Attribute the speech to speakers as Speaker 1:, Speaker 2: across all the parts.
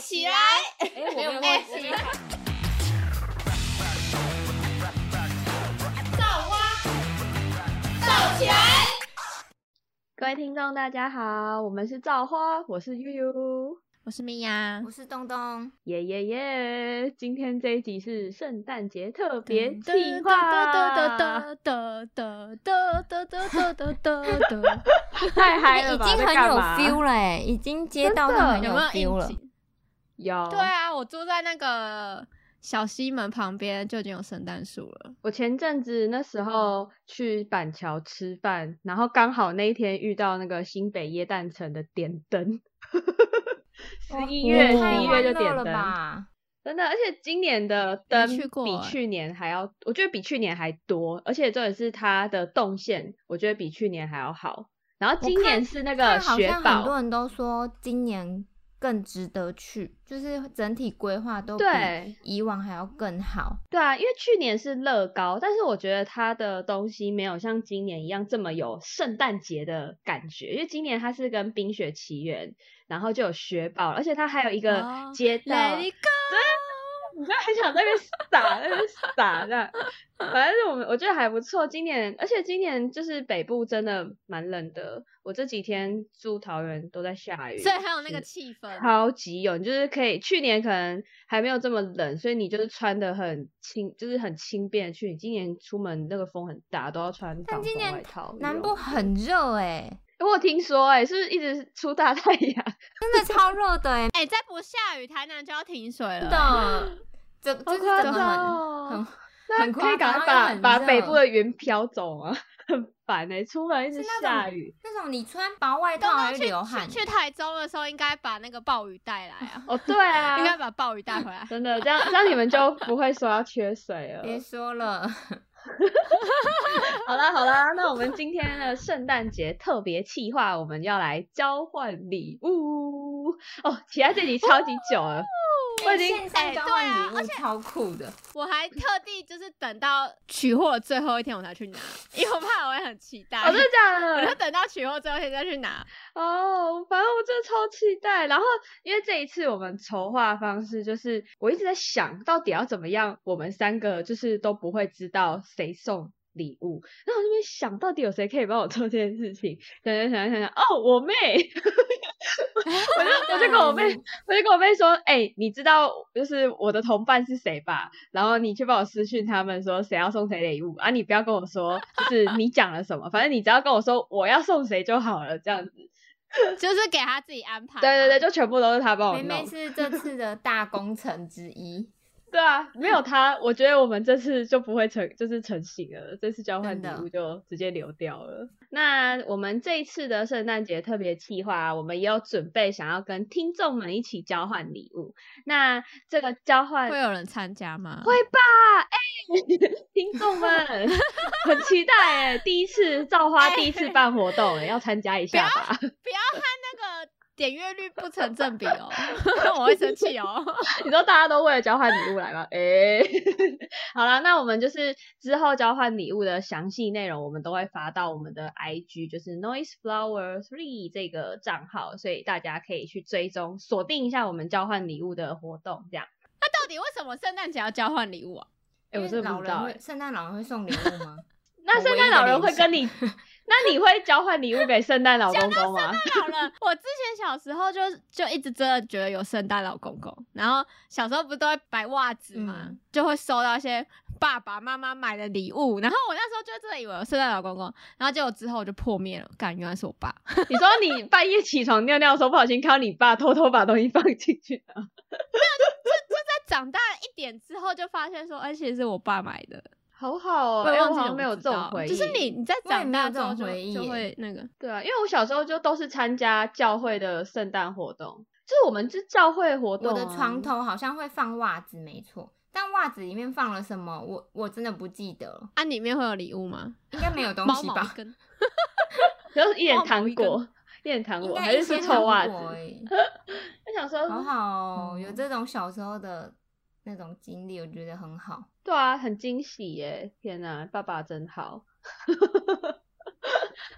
Speaker 1: 起来！
Speaker 2: 哎，我没有忘
Speaker 1: 哎
Speaker 2: 记。
Speaker 1: 造起来！
Speaker 3: 各位听众，大家好，我们是造花，我是悠悠，
Speaker 4: 我是米娅
Speaker 1: 我，是东东，
Speaker 3: 耶耶耶！今天这一集是圣诞节特别
Speaker 1: 嗯
Speaker 4: 噔
Speaker 3: 计 划，
Speaker 4: 噔噔噔噔噔噔噔噔噔噔噔，
Speaker 3: 太嗨了
Speaker 1: 已
Speaker 3: 吧！
Speaker 1: 经
Speaker 3: 在
Speaker 1: 很
Speaker 3: 干
Speaker 1: 有
Speaker 3: 嘛
Speaker 1: feel 了欸，已经接到
Speaker 3: 真的
Speaker 1: 他很
Speaker 4: 有没有
Speaker 1: feel 了
Speaker 4: 应。景？
Speaker 3: 有
Speaker 4: 对啊，我住在那个小西门旁边就已经有圣诞树了。
Speaker 3: 我前阵子那
Speaker 1: 嗯
Speaker 3: 时候去板桥吃饭，然后刚好那一天遇到那个新北耶诞城的点灯， 十一月
Speaker 1: 哇
Speaker 3: 十一月
Speaker 1: 太欢
Speaker 3: 就点
Speaker 1: 乐了
Speaker 3: 灯，
Speaker 1: 吧？
Speaker 3: 真的，而且今年的灯
Speaker 4: 去过
Speaker 3: 比
Speaker 4: 欸
Speaker 3: 去年还要，我觉得比去年还多，而且重点是它的动线，我觉得比去年还要好。然后今
Speaker 1: 我看
Speaker 3: 年是那个
Speaker 1: 但好
Speaker 3: 雪
Speaker 1: 像很多
Speaker 3: 宝，
Speaker 1: 人都说今年更值得去，就是整体规划都比
Speaker 3: 对
Speaker 1: 以往还要更好。
Speaker 3: 对啊，因为去年是乐高，但是我觉得它的东西没有像今年一样这么有圣诞节的感觉，因为今年它是跟冰雪奇缘，然后就有雪宝，而且它还有一个
Speaker 4: 哦
Speaker 3: 街道。
Speaker 4: Let it go，
Speaker 3: 你知道很想在那边撒，在那边撒这样。反正我们我觉得还不错。今年，而且今年就是北部真的蛮冷的。我这几天住桃园都在下雨，
Speaker 4: 所以还有那个
Speaker 3: 是
Speaker 4: 气氛，
Speaker 3: 超级有，你就是可以去年可能还没有这么冷，所以你就是穿的很轻，就是很轻便地去。你今年出门那个风很大，都要穿
Speaker 1: 但
Speaker 3: 防
Speaker 1: 今
Speaker 3: 风
Speaker 1: 年
Speaker 3: 外套。
Speaker 1: 南
Speaker 3: 羽绒
Speaker 1: 部
Speaker 3: 服
Speaker 1: 很热哎、
Speaker 3: 我有听说哎、是不是一直出大太阳？
Speaker 1: 真的超热的哎、
Speaker 4: 哎，再不下雨，台南就要停水了。
Speaker 1: 真，的，这这是
Speaker 3: 夸
Speaker 1: 真的
Speaker 3: 张哦
Speaker 1: 很很
Speaker 3: 那
Speaker 1: 很
Speaker 3: 可
Speaker 1: 夸
Speaker 3: 以赶
Speaker 1: 张又
Speaker 3: 快把
Speaker 1: 很
Speaker 3: 把北
Speaker 1: 热
Speaker 3: 部的云飘走吗？很烦哎、出门一直
Speaker 1: 是那
Speaker 3: 下
Speaker 1: 种
Speaker 3: 雨。
Speaker 1: 那种你穿薄外套
Speaker 4: 东
Speaker 1: 还
Speaker 4: 东
Speaker 1: 会
Speaker 4: 去
Speaker 1: 流汗
Speaker 4: 去去台州的时候，应该把那个暴雨带来啊，
Speaker 3: 哦，对啊，
Speaker 4: 应该把暴雨带回来。
Speaker 3: 真的这样，这样你们就不会说要缺水了。
Speaker 1: 别说了，
Speaker 3: 好啦好啦，那我们今天的圣诞节特别企划，我们要来交换礼物哦。期待这集超级 久了，我已经
Speaker 1: 线上
Speaker 4: 哎
Speaker 1: 交
Speaker 4: 对啊
Speaker 1: 换礼物超酷的，
Speaker 4: 我还特地就是等到取货的最后一天我才去拿，因为我怕我会很期待。
Speaker 3: 哦，真的假
Speaker 4: 我就
Speaker 3: 的？
Speaker 4: 等到取货最后一天再去拿。
Speaker 3: 哦，反正我真的超期待。然后，因为这一次我们筹划方式就是，我一直在想到底要怎么样，我们三个就是都不会知道谁送礼物。然后我这边想到底有谁可以帮我做这件事情，想想想想想，哦，我妹， 我就我就跟我妹，我就跟我妹说，哎、你知道就是我的同伴是谁吧？然后你去帮我私讯他们说谁要送谁礼物啊，你不要跟我说就是你讲了什么，反正你只要跟我说我要送谁就好了，这样子。
Speaker 4: 就是给他自己安排。
Speaker 3: 对对对，，就全部都是他帮我
Speaker 1: 妹妹
Speaker 3: 弄。
Speaker 1: 是这次的大工程之一，
Speaker 3: 对啊，没有他，我觉得我们这次就不会成，就是成型了。这次交换
Speaker 1: 真
Speaker 3: 礼
Speaker 1: 的
Speaker 3: 物就直接流掉了。那我们这一次的圣诞节特别企划啊，我们也有准备想要跟听众们一起交换礼物。那这个交换
Speaker 4: 会有人参加吗？
Speaker 3: 会吧？哎、 听众们很期待哎、第一次造花第一次办活动哎、要参加一下吧。
Speaker 4: 不要和那个点阅率不成正比哦， 我会生气哦。
Speaker 3: 你说大家都为了交换礼物来吗？哎、 好啦，那我们就是之后交换礼物的详细内容，我们都会发到我们的 IG，就是 Noise Flower Three 这个账号，所以大家可以去追踪锁定一下我们交换礼物的活动，这样。
Speaker 4: 那到底为什么圣诞节要交换礼物啊？
Speaker 3: 哎、
Speaker 1: 因
Speaker 3: 我
Speaker 1: 为
Speaker 3: 真的不
Speaker 1: 老
Speaker 3: 知道
Speaker 1: 人
Speaker 3: 哎、
Speaker 1: 会，圣诞老人会送礼物 吗？
Speaker 3: 那
Speaker 1: 我
Speaker 3: 圣
Speaker 1: 唯
Speaker 3: 诞
Speaker 1: 一的
Speaker 3: 老人会
Speaker 1: 联
Speaker 3: 跟你， 那你会交换礼物给圣诞老公
Speaker 4: 讲
Speaker 3: 公吗？
Speaker 4: 好了，我之前小时候就就一直真的觉得有圣诞老公公，然后小时候不是都会摆袜子嘛，
Speaker 1: 嗯
Speaker 4: 就会收到一些爸爸妈妈买的礼物，然后我那时候就真的以为有圣诞老公公，然后结果之后我就破灭了，感原来是我爸。
Speaker 3: 你说你半夜起床尿尿的时候，不小心看到你爸偷偷把东西放进去，
Speaker 4: 长大一点之后就发现说，哎、其实是我爸买的，
Speaker 3: 好好哦、
Speaker 4: 我也
Speaker 3: 哎我
Speaker 4: 忘记
Speaker 3: 好
Speaker 4: 了，
Speaker 3: 像没有
Speaker 4: 我不
Speaker 3: 这
Speaker 4: 知道
Speaker 3: 种回忆。
Speaker 4: 就是你你在
Speaker 1: 我也
Speaker 4: 长
Speaker 1: 没有
Speaker 4: 大
Speaker 1: 这
Speaker 4: 之后
Speaker 1: 种
Speaker 4: 就
Speaker 1: 回忆
Speaker 4: 就
Speaker 1: 耶
Speaker 4: 会那个，
Speaker 3: 对啊，因为我小时候就都是参加教会的圣诞活动，就是我们是教会活动、啊
Speaker 1: 我的床，头好像会放袜子，没错，但袜子里面放了什么，我我真的不记得了，
Speaker 4: 啊，里面会有礼物吗？
Speaker 1: 应该没有东
Speaker 4: 猫
Speaker 1: 西
Speaker 4: 毛 一
Speaker 1: 吧？
Speaker 4: 根，
Speaker 3: 然后一
Speaker 1: 哦
Speaker 3: 脸
Speaker 4: 哇某
Speaker 3: 糖
Speaker 4: 一根
Speaker 3: 果，一脸糖
Speaker 1: 应
Speaker 3: 果，
Speaker 1: 该
Speaker 3: 还是是臭袜子？我
Speaker 1: 子，
Speaker 3: 想说，
Speaker 1: 欸好好 哦，有
Speaker 3: 嗯
Speaker 1: 这种小时候的那种经历，我觉得很好。
Speaker 3: 对啊，很惊喜耶！天哪，爸爸真好，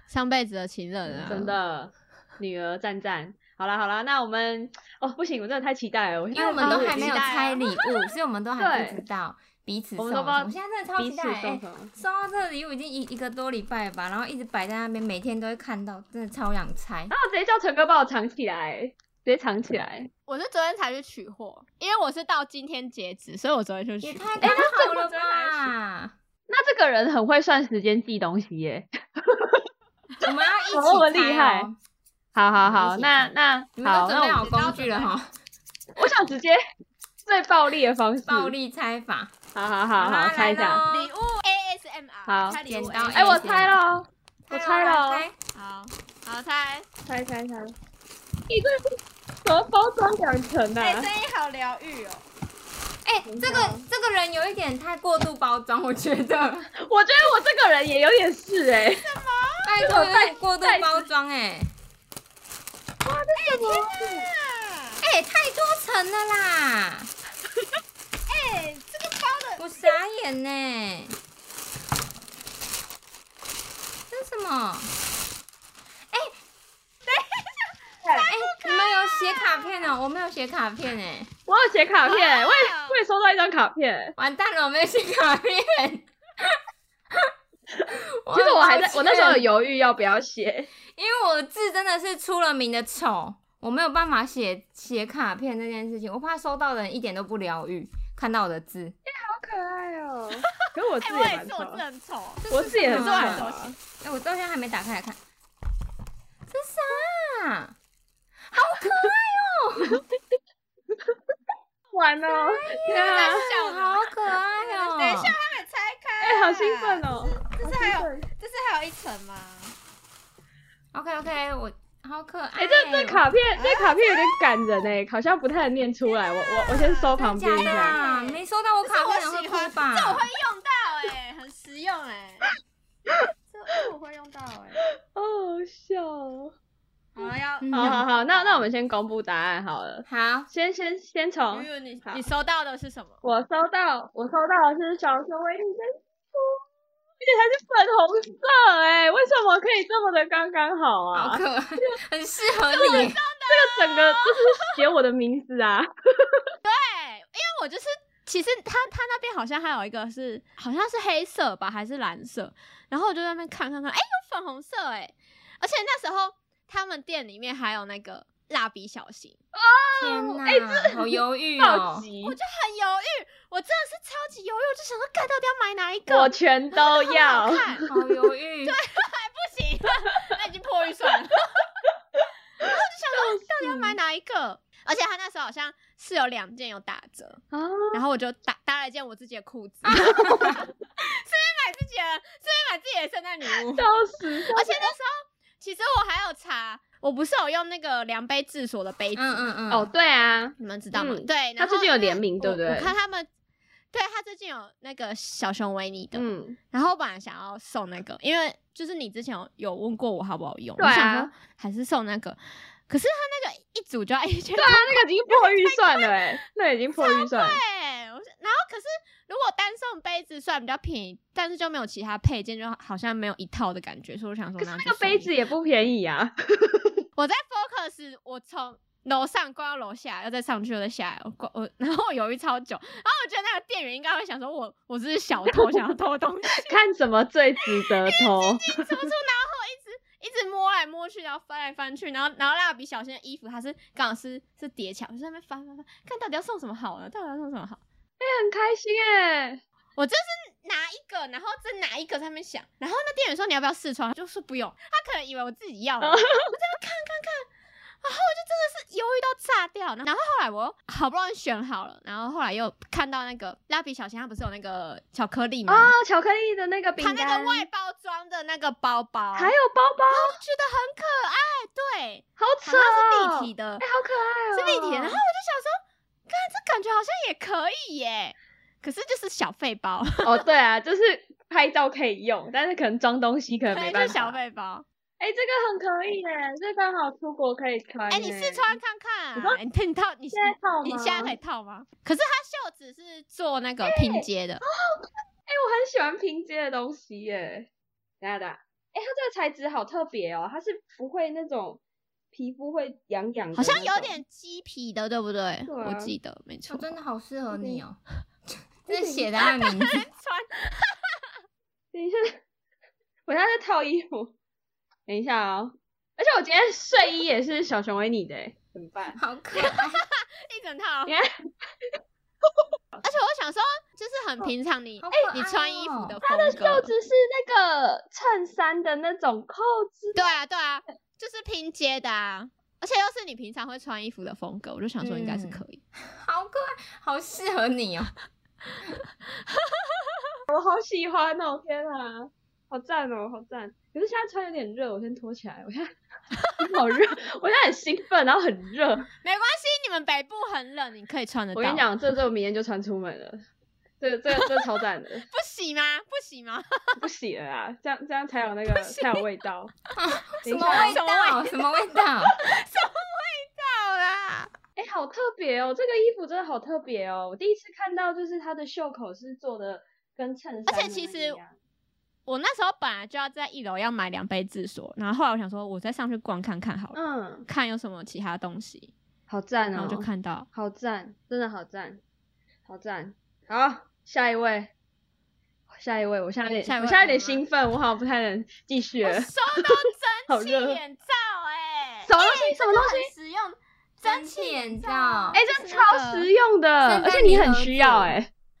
Speaker 4: 上辈子的情人啊，
Speaker 3: 真。的。女儿赞赞。好啦好啦，那我们哦不行，我真的太期待了，因
Speaker 1: 因为我们都还没有拆
Speaker 3: 礼，
Speaker 1: 礼物，所以我们都还不
Speaker 3: 啊 对
Speaker 1: 知道彼此
Speaker 3: 我
Speaker 1: 送
Speaker 3: 们
Speaker 1: 了
Speaker 3: 都
Speaker 1: 什么。
Speaker 3: 不知
Speaker 1: 我现
Speaker 3: 道
Speaker 1: 在真的超
Speaker 3: 彼
Speaker 1: 期
Speaker 3: 此
Speaker 1: 待，哎、
Speaker 3: 送什么？
Speaker 1: 收到这个礼物已经一一个多礼拜吧，然后一直摆在那边，每天都会看到，真的超想拆。
Speaker 3: 然后直接叫陈哥帮我藏起来，直接藏起来。
Speaker 4: 我是昨天才去取货，因为我是到今天截止，所以我昨天就
Speaker 1: 也
Speaker 4: 取货。
Speaker 1: 太
Speaker 3: 哎
Speaker 1: 刚
Speaker 3: 那
Speaker 1: 好
Speaker 3: 这
Speaker 1: 了
Speaker 3: 个真的
Speaker 1: 吧！
Speaker 3: 那这个人很会算时间记东西耶。
Speaker 1: 我们 要一起拆、哦，
Speaker 3: 怎么那么厉害好好
Speaker 1: 我们一
Speaker 3: 好，
Speaker 1: 起
Speaker 3: 那
Speaker 1: 看
Speaker 3: 那
Speaker 1: 你们都
Speaker 3: 好，
Speaker 1: 准备
Speaker 3: 那
Speaker 1: 好
Speaker 3: 我
Speaker 1: 工具了哈，
Speaker 3: 我想直接最暴力的方式，
Speaker 1: 暴，力拆法。
Speaker 3: 好好嗯好
Speaker 1: 啦
Speaker 3: 好，猜一下，
Speaker 1: 来咯
Speaker 4: 礼物 ASMR，
Speaker 3: 好
Speaker 4: 拆礼物
Speaker 1: 剪刀
Speaker 4: ASMR
Speaker 3: 哎，我猜
Speaker 1: 了
Speaker 3: 喽，我猜哦喽，
Speaker 1: 来
Speaker 4: 好好猜，
Speaker 3: 猜猜猜，你这是什么包装两层
Speaker 4: 哎、
Speaker 3: 啊？
Speaker 4: 声音好疗愈哦。
Speaker 1: 哎、这个这个人有一点太过度包装，我觉 得，
Speaker 3: 我觉得我这个人也有点是哎，
Speaker 1: 拜
Speaker 3: 这
Speaker 1: 托
Speaker 3: 种
Speaker 1: 有
Speaker 3: 带
Speaker 1: 点过度
Speaker 3: 带
Speaker 1: 包装哎、
Speaker 3: 哇，这什么？
Speaker 4: 啊
Speaker 1: 哎、太多层了 啦，
Speaker 4: 哎、这个包的
Speaker 1: 我傻眼呢、这是什么？
Speaker 3: 哎
Speaker 1: 哎、你们有写卡片哦、我没有写卡片哎、
Speaker 3: 我有写卡片，
Speaker 4: 哇
Speaker 3: 我也我也收到一张卡片。
Speaker 1: 完蛋了，我没有写卡片。
Speaker 3: 其实我还
Speaker 1: 很抱，
Speaker 3: 在
Speaker 1: 歉
Speaker 3: 我那时候有犹豫要不要写，
Speaker 1: 因为我字真的是出了名的丑，我没有办法写写卡片这件事情，我怕收到的人一点都不疗愈，看到我的字，
Speaker 3: 好可爱哦。 可是我字
Speaker 4: 哎、
Speaker 3: 也
Speaker 4: 我也
Speaker 3: 蛮
Speaker 4: 是，
Speaker 3: 丑
Speaker 4: 我真的
Speaker 3: 的，
Speaker 4: 很丑。
Speaker 3: 我字也很
Speaker 1: 这
Speaker 3: 丑
Speaker 1: 是什
Speaker 4: 么
Speaker 3: 啊。
Speaker 1: 哎、我到现在还没打开来看，这是啥啊？
Speaker 3: 完了，天
Speaker 4: 在
Speaker 3: 啊！
Speaker 4: 笑呢
Speaker 1: 好可爱哦、
Speaker 4: 等一下，还没拆开、
Speaker 3: 哎，好兴奋！哦！
Speaker 4: 这是
Speaker 3: 好
Speaker 4: 还
Speaker 3: 兴
Speaker 4: 有，
Speaker 3: 奋
Speaker 4: 这是还有一层吗？
Speaker 1: ，OK OK，我好可爱、哦
Speaker 3: 哎、这这卡片这卡片有点感人哎、好像不太能念出来，我我我先收旁边
Speaker 1: 真
Speaker 3: 一
Speaker 1: 的假的
Speaker 3: 下。
Speaker 1: 啊？没收到我
Speaker 4: 这
Speaker 1: 卡
Speaker 4: 是
Speaker 1: 片的
Speaker 4: 我
Speaker 1: 人
Speaker 4: 喜
Speaker 1: 会
Speaker 4: 欢，
Speaker 1: 哭吧？
Speaker 4: 这我会用到哎、很实用哎、这这我会用到哎、
Speaker 3: 哦，好笑哦！
Speaker 4: 好了要。
Speaker 1: 嗯
Speaker 3: 好好好，那那我们先公布答案好了，
Speaker 1: 好，
Speaker 3: 先先先从
Speaker 4: 悠悠你
Speaker 3: 嗯好
Speaker 4: 你收到的是什么？
Speaker 3: 我收到我收到的是小熊维尼的书，而且它是粉红色哎、为什么可以这么的刚刚
Speaker 1: 好
Speaker 3: 好啊？
Speaker 1: 可爱，很适合你。
Speaker 3: 这整个就是写我的名字啊，
Speaker 4: 对，因为我就是，其实他他那边好像还有一个是，好像是黑色吧，还是蓝色，然后我就在那边看看看，哎、有粉红色哎、而且那时候他们店里面还有那个蜡笔小新，
Speaker 1: 天哪，
Speaker 3: 哎这
Speaker 1: 好犹豫哦、
Speaker 3: 好急，
Speaker 4: 很犹豫，我真的是超级犹豫，我就想说，干到底要买哪一
Speaker 3: 我
Speaker 4: 个？
Speaker 3: 全都
Speaker 4: 好
Speaker 3: 要
Speaker 4: 好。看，
Speaker 1: 好犹 豫。
Speaker 4: 不行，那已经破预算了。 然后我就想说，到底要买哪一个？而且他那时候好像是有两件有打折，
Speaker 3: 啊，
Speaker 4: 然后我就搭搭了一件我自己的裤子，顺便买自己的，顺便买自己的圣诞礼物。
Speaker 3: 笑死！
Speaker 4: 而且那时候，其实我还有查，我不是有用那个量杯治所的杯子，
Speaker 1: 嗯嗯嗯。
Speaker 3: 哦，对啊，
Speaker 4: 你们知道吗？
Speaker 3: 嗯
Speaker 4: 对，
Speaker 3: 他
Speaker 4: 然后
Speaker 3: 最近有联名
Speaker 4: 我
Speaker 3: 对不对
Speaker 4: 我看他们，对他最近有那个小熊维尼的，
Speaker 3: 嗯，
Speaker 4: 然后我本来想要送那个，因为就是你之前有有问过我好不好用，
Speaker 3: 对啊
Speaker 4: 我想说还是送那个，可是他那个一组就要一千
Speaker 3: 对啊，那个已经 破预算了哎、那已经破预算了。
Speaker 4: 对，我是然后可是如果单送杯子算比较便宜，但是就没有其他配件，就好像没有一套的感觉，所以我想说，
Speaker 3: 可是
Speaker 4: 就
Speaker 3: 那个
Speaker 4: 送
Speaker 3: 杯
Speaker 4: 一
Speaker 3: 子，也不便宜啊，
Speaker 4: 我在 focus，我从楼上逛到楼下，又再上去又再下来，我逛我然后我犹豫超久，然后我觉得那个店员应该会想说我我只是小偷，想要偷东 西，
Speaker 3: 看什么最值 得偷？
Speaker 4: 怎么出？然后我一直一直摸来摸去，然后翻来翻去，然后然后蜡笔小新的衣服它是刚好是是叠起来，我就在那边翻翻翻，看到底要送什么好呢？到底要送什么好？
Speaker 3: 很开心哎、
Speaker 4: 我就是拿一个，然后再拿一个上面想，然后那店员说你要不要试穿，我就说不用，他可能以为我自己
Speaker 3: 哦
Speaker 4: 要了，我在那看看看，然后我就真的是犹豫到炸掉，然后后来我好不容易选好了，然后后来又看到那个蜡笔小新，它不是有那个巧克力吗？
Speaker 3: 哦，巧克力的那个饼
Speaker 4: 它
Speaker 3: 干，
Speaker 4: 那个外哦包装的那个包包，
Speaker 3: 还有包包，
Speaker 4: 觉得很可爱，对，
Speaker 3: 好扯、哦，
Speaker 4: 好像是立体的，
Speaker 3: 哎、好可爱哦，
Speaker 4: 是立体的。然后我就想说，看这感觉好像也可以耶，可是就是小费包，
Speaker 3: 哦，对啊，就是拍照可以用，但是可能装东西可能没
Speaker 4: 对，
Speaker 3: 办
Speaker 4: 就
Speaker 3: 法。
Speaker 4: 小费包。
Speaker 3: 哎、这个很可以耶，欸这刚好出国可以穿、
Speaker 4: 哎、你试穿看看、
Speaker 3: 你说
Speaker 4: 啊，你你套你
Speaker 3: 现在套吗？
Speaker 4: 你现在可以套吗？可是它袖子是做那个拼接的，
Speaker 3: 哎、我很喜欢拼接的东西耶。等一下等一下，哎、它这个材质好特别哦，它是不会那种皮肤会痒痒的
Speaker 4: 好
Speaker 3: 那种，
Speaker 4: 像有点鸡皮的，对不对？
Speaker 3: 对啊
Speaker 4: 我记得没错。
Speaker 1: 我哦真的好适合你哦、
Speaker 3: 对
Speaker 1: 这写的他的名字，
Speaker 4: 穿
Speaker 3: 等一下，我现在在套衣服。等一下哦，而且我今天睡衣也是小熊维尼的欸，怎么
Speaker 4: 哦
Speaker 3: 办？
Speaker 1: 好可爱。
Speaker 4: 一整套，而
Speaker 3: 你
Speaker 4: 且
Speaker 3: 看，
Speaker 4: 我想说，就是
Speaker 3: 哦
Speaker 4: 很平常你，
Speaker 1: 好
Speaker 4: 哎、
Speaker 1: 可爱
Speaker 4: 你穿衣服的
Speaker 1: 哦
Speaker 4: 风
Speaker 3: 袖
Speaker 4: 格，
Speaker 3: 子是那个衬衫的那种扣子。
Speaker 4: 对啊，对啊，就是拼接的啊，而且又是你平常会穿衣服的风格，我就想说应该是
Speaker 1: 嗯
Speaker 4: 可以。
Speaker 1: 好可爱，好适合你哦、
Speaker 3: 我好喜欢哦！天啊，好赞哦，好赞！可是现在穿有点热，我先脱起来。我现在 好热，我现在很兴奋，然后很热。
Speaker 4: 没关系，你们北部很冷，你可以穿得到。
Speaker 3: 我跟你，讲，这这我明天就穿出门了。这个这个这个超赞的，
Speaker 4: 不洗吗？不洗吗？
Speaker 3: 不洗了啦，这样这样才有那个才有味道。
Speaker 1: 什
Speaker 3: 等一
Speaker 1: 么
Speaker 3: 下
Speaker 1: 味道？什么味道？
Speaker 4: 好啦，
Speaker 3: 哎、好特别哦！这个衣服真的好特别哦！我第一次看到，就是它的袖口是做的跟衬衫的
Speaker 4: 而且
Speaker 3: 那
Speaker 4: 其
Speaker 3: 个
Speaker 4: 实
Speaker 3: 一样
Speaker 4: 我那时候本来就要在一楼要买两杯自锁，然后后来我想说，我再上去逛看看好了，
Speaker 3: 嗯，
Speaker 4: 看有什么其他东西，
Speaker 3: 好赞
Speaker 4: 然
Speaker 3: 哦！
Speaker 4: 后就看到
Speaker 3: 好赞，真的好赞，好赞。好，下一位，下一位，我现在有
Speaker 4: 下
Speaker 3: 点，
Speaker 4: 一位
Speaker 3: 我现在有点
Speaker 4: 好吗
Speaker 3: 兴奋，我好像不太能继续
Speaker 4: 我
Speaker 3: 了。
Speaker 4: 收
Speaker 3: 好
Speaker 4: 到蒸汽
Speaker 3: 热
Speaker 4: 眼罩、哎，
Speaker 3: 什么东西？什么东西？
Speaker 4: 很实用，
Speaker 1: 蒸
Speaker 4: 蒸
Speaker 1: 汽
Speaker 4: 汽
Speaker 1: 眼
Speaker 4: 眼
Speaker 1: 罩
Speaker 4: 罩，
Speaker 3: 哎、这
Speaker 4: 就是
Speaker 3: 超
Speaker 4: 那个
Speaker 3: 实用的，
Speaker 1: 圣
Speaker 3: 而
Speaker 1: 诞
Speaker 3: 且你
Speaker 1: 礼
Speaker 3: 很
Speaker 1: 盒
Speaker 3: 需要
Speaker 1: 组
Speaker 3: 哎、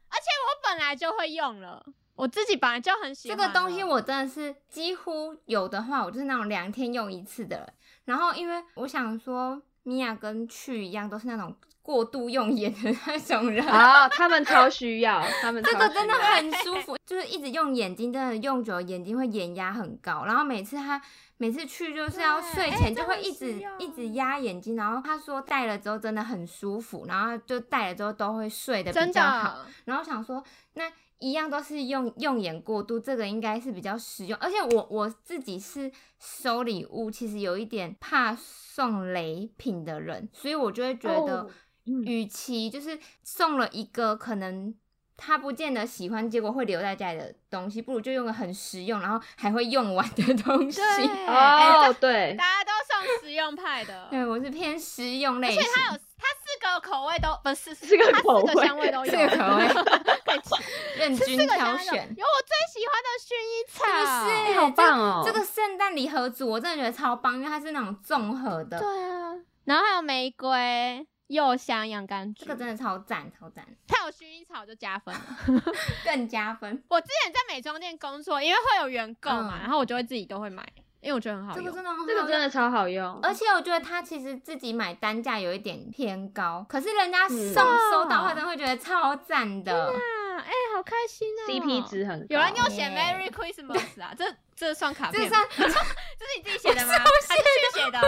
Speaker 4: 而且我本来就会用了，我自己本来就很喜
Speaker 1: 这
Speaker 4: 欢
Speaker 1: 个
Speaker 4: 了
Speaker 1: 东西我真的是几乎有的话，我就是那种两天用一次的人。然后因为我想说，米娅跟去一样，都是那种过度用眼的那种人。
Speaker 3: 啊、他们超需 要，他们
Speaker 1: 这
Speaker 3: 超
Speaker 1: 个
Speaker 3: 需
Speaker 1: 真的
Speaker 3: 要
Speaker 1: 很舒服，就是一直用眼睛，真的用久了眼睛会眼压很高。然后每次他每次去就是要
Speaker 4: 对
Speaker 1: 睡
Speaker 4: 哎
Speaker 1: 前
Speaker 4: 这
Speaker 1: 就会
Speaker 4: 很
Speaker 1: 一
Speaker 4: 实
Speaker 1: 直
Speaker 4: 用
Speaker 1: 一直压眼睛，然后他说戴了之后真的很舒服，然后就戴了之后都会睡得比
Speaker 4: 真
Speaker 1: 较好。
Speaker 4: 的，
Speaker 1: 然后想说，那一样都是用用眼过度，这个应该是比较实用。而且我我自己是收礼物，其实有一点怕送雷品的人，所以我就会觉得
Speaker 3: 哦，嗯
Speaker 1: 与其就是送了一个可能。他不见得喜欢，结果会留在家里的东西，不如就用个很实用，然后还会用完的东西。
Speaker 4: 对
Speaker 3: 哦、
Speaker 4: 哎
Speaker 3: 对，
Speaker 4: 大家都送实用派
Speaker 1: ，
Speaker 4: 的
Speaker 1: 对，我是偏实用类型
Speaker 4: 而且。它有它四个口味都不是
Speaker 3: 四个
Speaker 4: 它
Speaker 3: 口
Speaker 4: 四
Speaker 3: 味
Speaker 4: 个香味都有，
Speaker 1: 四 个口味
Speaker 4: 可以吃
Speaker 1: 任
Speaker 4: 这
Speaker 1: 君
Speaker 4: 四个
Speaker 1: 挑
Speaker 4: 香味都有
Speaker 1: 选，
Speaker 4: 有我最喜欢的薰衣草，
Speaker 1: 是不
Speaker 3: 哎
Speaker 1: 是？
Speaker 3: 好棒哦
Speaker 1: 这个圣诞礼盒组我真的觉得超棒，因为它是那种综合的，
Speaker 4: 对啊，然后还有玫瑰、柚香、洋甘
Speaker 1: 这
Speaker 4: 菊
Speaker 1: 个，真的超赞，超赞，
Speaker 4: 它有薰衣草就加分了。
Speaker 1: 更加分。
Speaker 4: 我之前在美妆店工作，因为会有员购嘛，
Speaker 1: 嗯
Speaker 4: 然后我就会自己都会买，因为我觉得很好
Speaker 1: 这
Speaker 4: 用。
Speaker 1: 个真的很好嗯
Speaker 3: 这个真的超好用，
Speaker 1: 而且我觉得他其实自己买单价有一点偏高，可是人家送、
Speaker 3: 嗯
Speaker 1: 收到的话，真的会觉得超赞的。
Speaker 4: 啊，哎、好开心啊、
Speaker 3: CP 值很高。
Speaker 4: 有人给我写
Speaker 1: 耶
Speaker 4: Merry Christmas 啊，这这算卡
Speaker 1: 这
Speaker 4: 片吗？
Speaker 1: 算
Speaker 4: 这是你自己写的吗？还是去写的？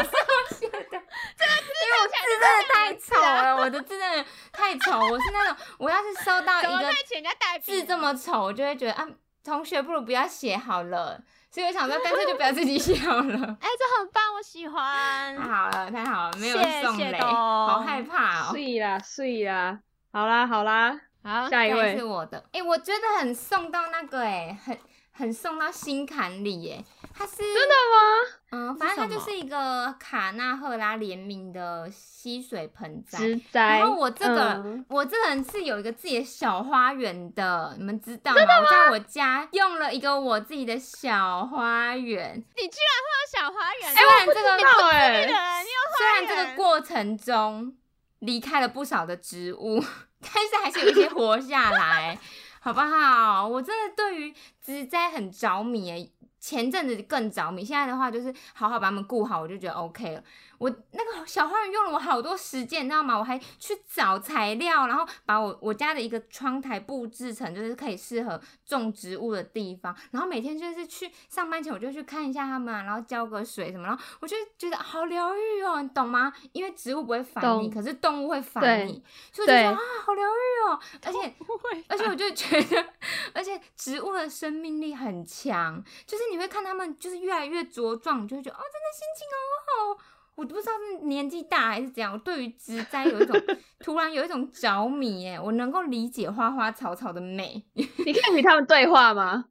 Speaker 1: 因为我字真的太丑了， 我的字真的太丑。我是那种，我要是收到
Speaker 4: 怎么
Speaker 1: 一个
Speaker 4: 会请人家代笔？
Speaker 1: 字这么丑，我就会觉得啊，同学不如不要写好了。所以我想说，干脆就不要自己写好了。
Speaker 4: 哎、这很棒，我喜欢。
Speaker 1: 太好了，太好了，没有
Speaker 4: 谢谢
Speaker 1: 送雷，
Speaker 4: 的哦
Speaker 1: 好害怕哦。
Speaker 3: 碎啦碎啦，好啦好啦，
Speaker 4: 好，
Speaker 3: 下一
Speaker 1: 再来
Speaker 3: 位
Speaker 1: 是，我的，哎、我觉得很送到那个、哎，很很送到心坎里、哎，它是真的
Speaker 3: 吗？
Speaker 1: 嗯，
Speaker 4: 这
Speaker 1: 反
Speaker 4: 是
Speaker 1: 正它就
Speaker 4: 什么
Speaker 1: 是一个卡纳赫拉联名的吸水盆栽。
Speaker 3: 植栽。
Speaker 1: 然后我这个、
Speaker 3: 嗯
Speaker 1: 我这个人是有一个自己的小花园的，你们知道吗？我在我家用了一个我自己的小花园。
Speaker 4: 你居然会有小花园？
Speaker 1: 虽然这个
Speaker 3: 不知道哎、
Speaker 4: 这个人，你
Speaker 1: 虽然这个
Speaker 4: 园
Speaker 1: 过程中离开了不少的植物，但是还是有一些活下来，好不好？我真的对于植栽很着迷耶，前阵子更着迷，现在的话就是好好把它们顾好，我就觉得 OK 了。我那个小花园用了我好多时间，你知道吗？我还去找材料，然后把我我家的一个窗台布置成就是可以适合种植物的地方。然后每天就是去上班前我就去看一下它们啊、然后浇个水什么，然后我就觉得好疗愈哦，你懂吗？因为植物不会烦你，
Speaker 3: 懂
Speaker 1: 可是动物会烦
Speaker 3: 对
Speaker 1: 你，所以我就觉得
Speaker 3: 对
Speaker 1: 啊，好疗愈哦，而且。
Speaker 4: 会
Speaker 1: 而且我就觉得， 而且植物的生命力很强，就是你会看它们就是越来越茁壮，你就会觉得哦，真的心情好好哦。我不知道是年纪大还是怎样，我对于植栽有一种 突然有一种着迷耶，我能够理解花花草草的美。
Speaker 3: 你可以与他们对话吗？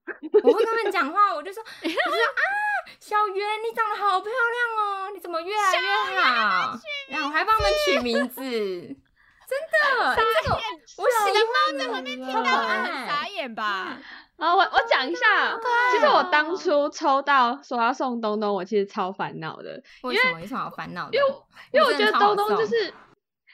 Speaker 1: 我会跟他们讲话，我就说，我就说啊，小小圆，你长得好漂亮哦，你怎么越来越好？然后我还帮他们取名字，真的，哎这个我喜欢在旁边听
Speaker 4: 大
Speaker 1: 可
Speaker 4: 家很
Speaker 1: 爱
Speaker 4: 傻。眼吧？
Speaker 1: 哦
Speaker 3: 啊，我我讲一下，啊其实我当初抽到说要送东东，我其实超烦恼的，
Speaker 1: 为什么有什么好烦恼的？
Speaker 3: 因为我因为我
Speaker 1: 你
Speaker 3: 觉
Speaker 1: 真的
Speaker 3: 得东
Speaker 1: 超好
Speaker 3: 东就
Speaker 1: 送
Speaker 3: 是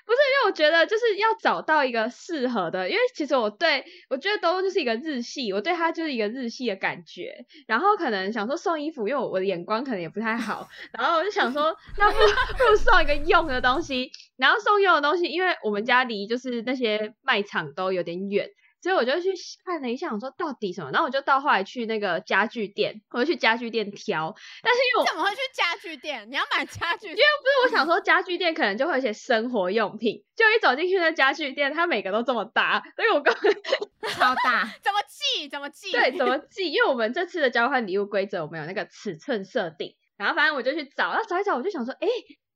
Speaker 3: 不是因为我觉得就是要找到一个适合的，因为其实我对我觉得东东就是一个日系，我对他就是一个日系的感觉。然后可能想说送衣服，因为我我的眼光可能也不太好，然后我就想说，那 不不如送一个用的东西。然后送用的东西，因为我们家离就是那些卖场都有点远，所以我就去看了一下，我说到底什么。然后我就到后来去那个家具店，我就去家具店挑，但是因为我
Speaker 4: 你怎么会去家具店？你要买家具
Speaker 3: 因为不是我想说家具店可能就会有一些生活用品，就一走进去那家具店，它每个都这么大，所以我根本
Speaker 1: 超大，
Speaker 4: 怎么记？怎么记？
Speaker 3: 对怎么记？因为我们这次的交换礼物规则，我们有那个尺寸设定，然后反正我就去找，然后找一找，我就想说，哎、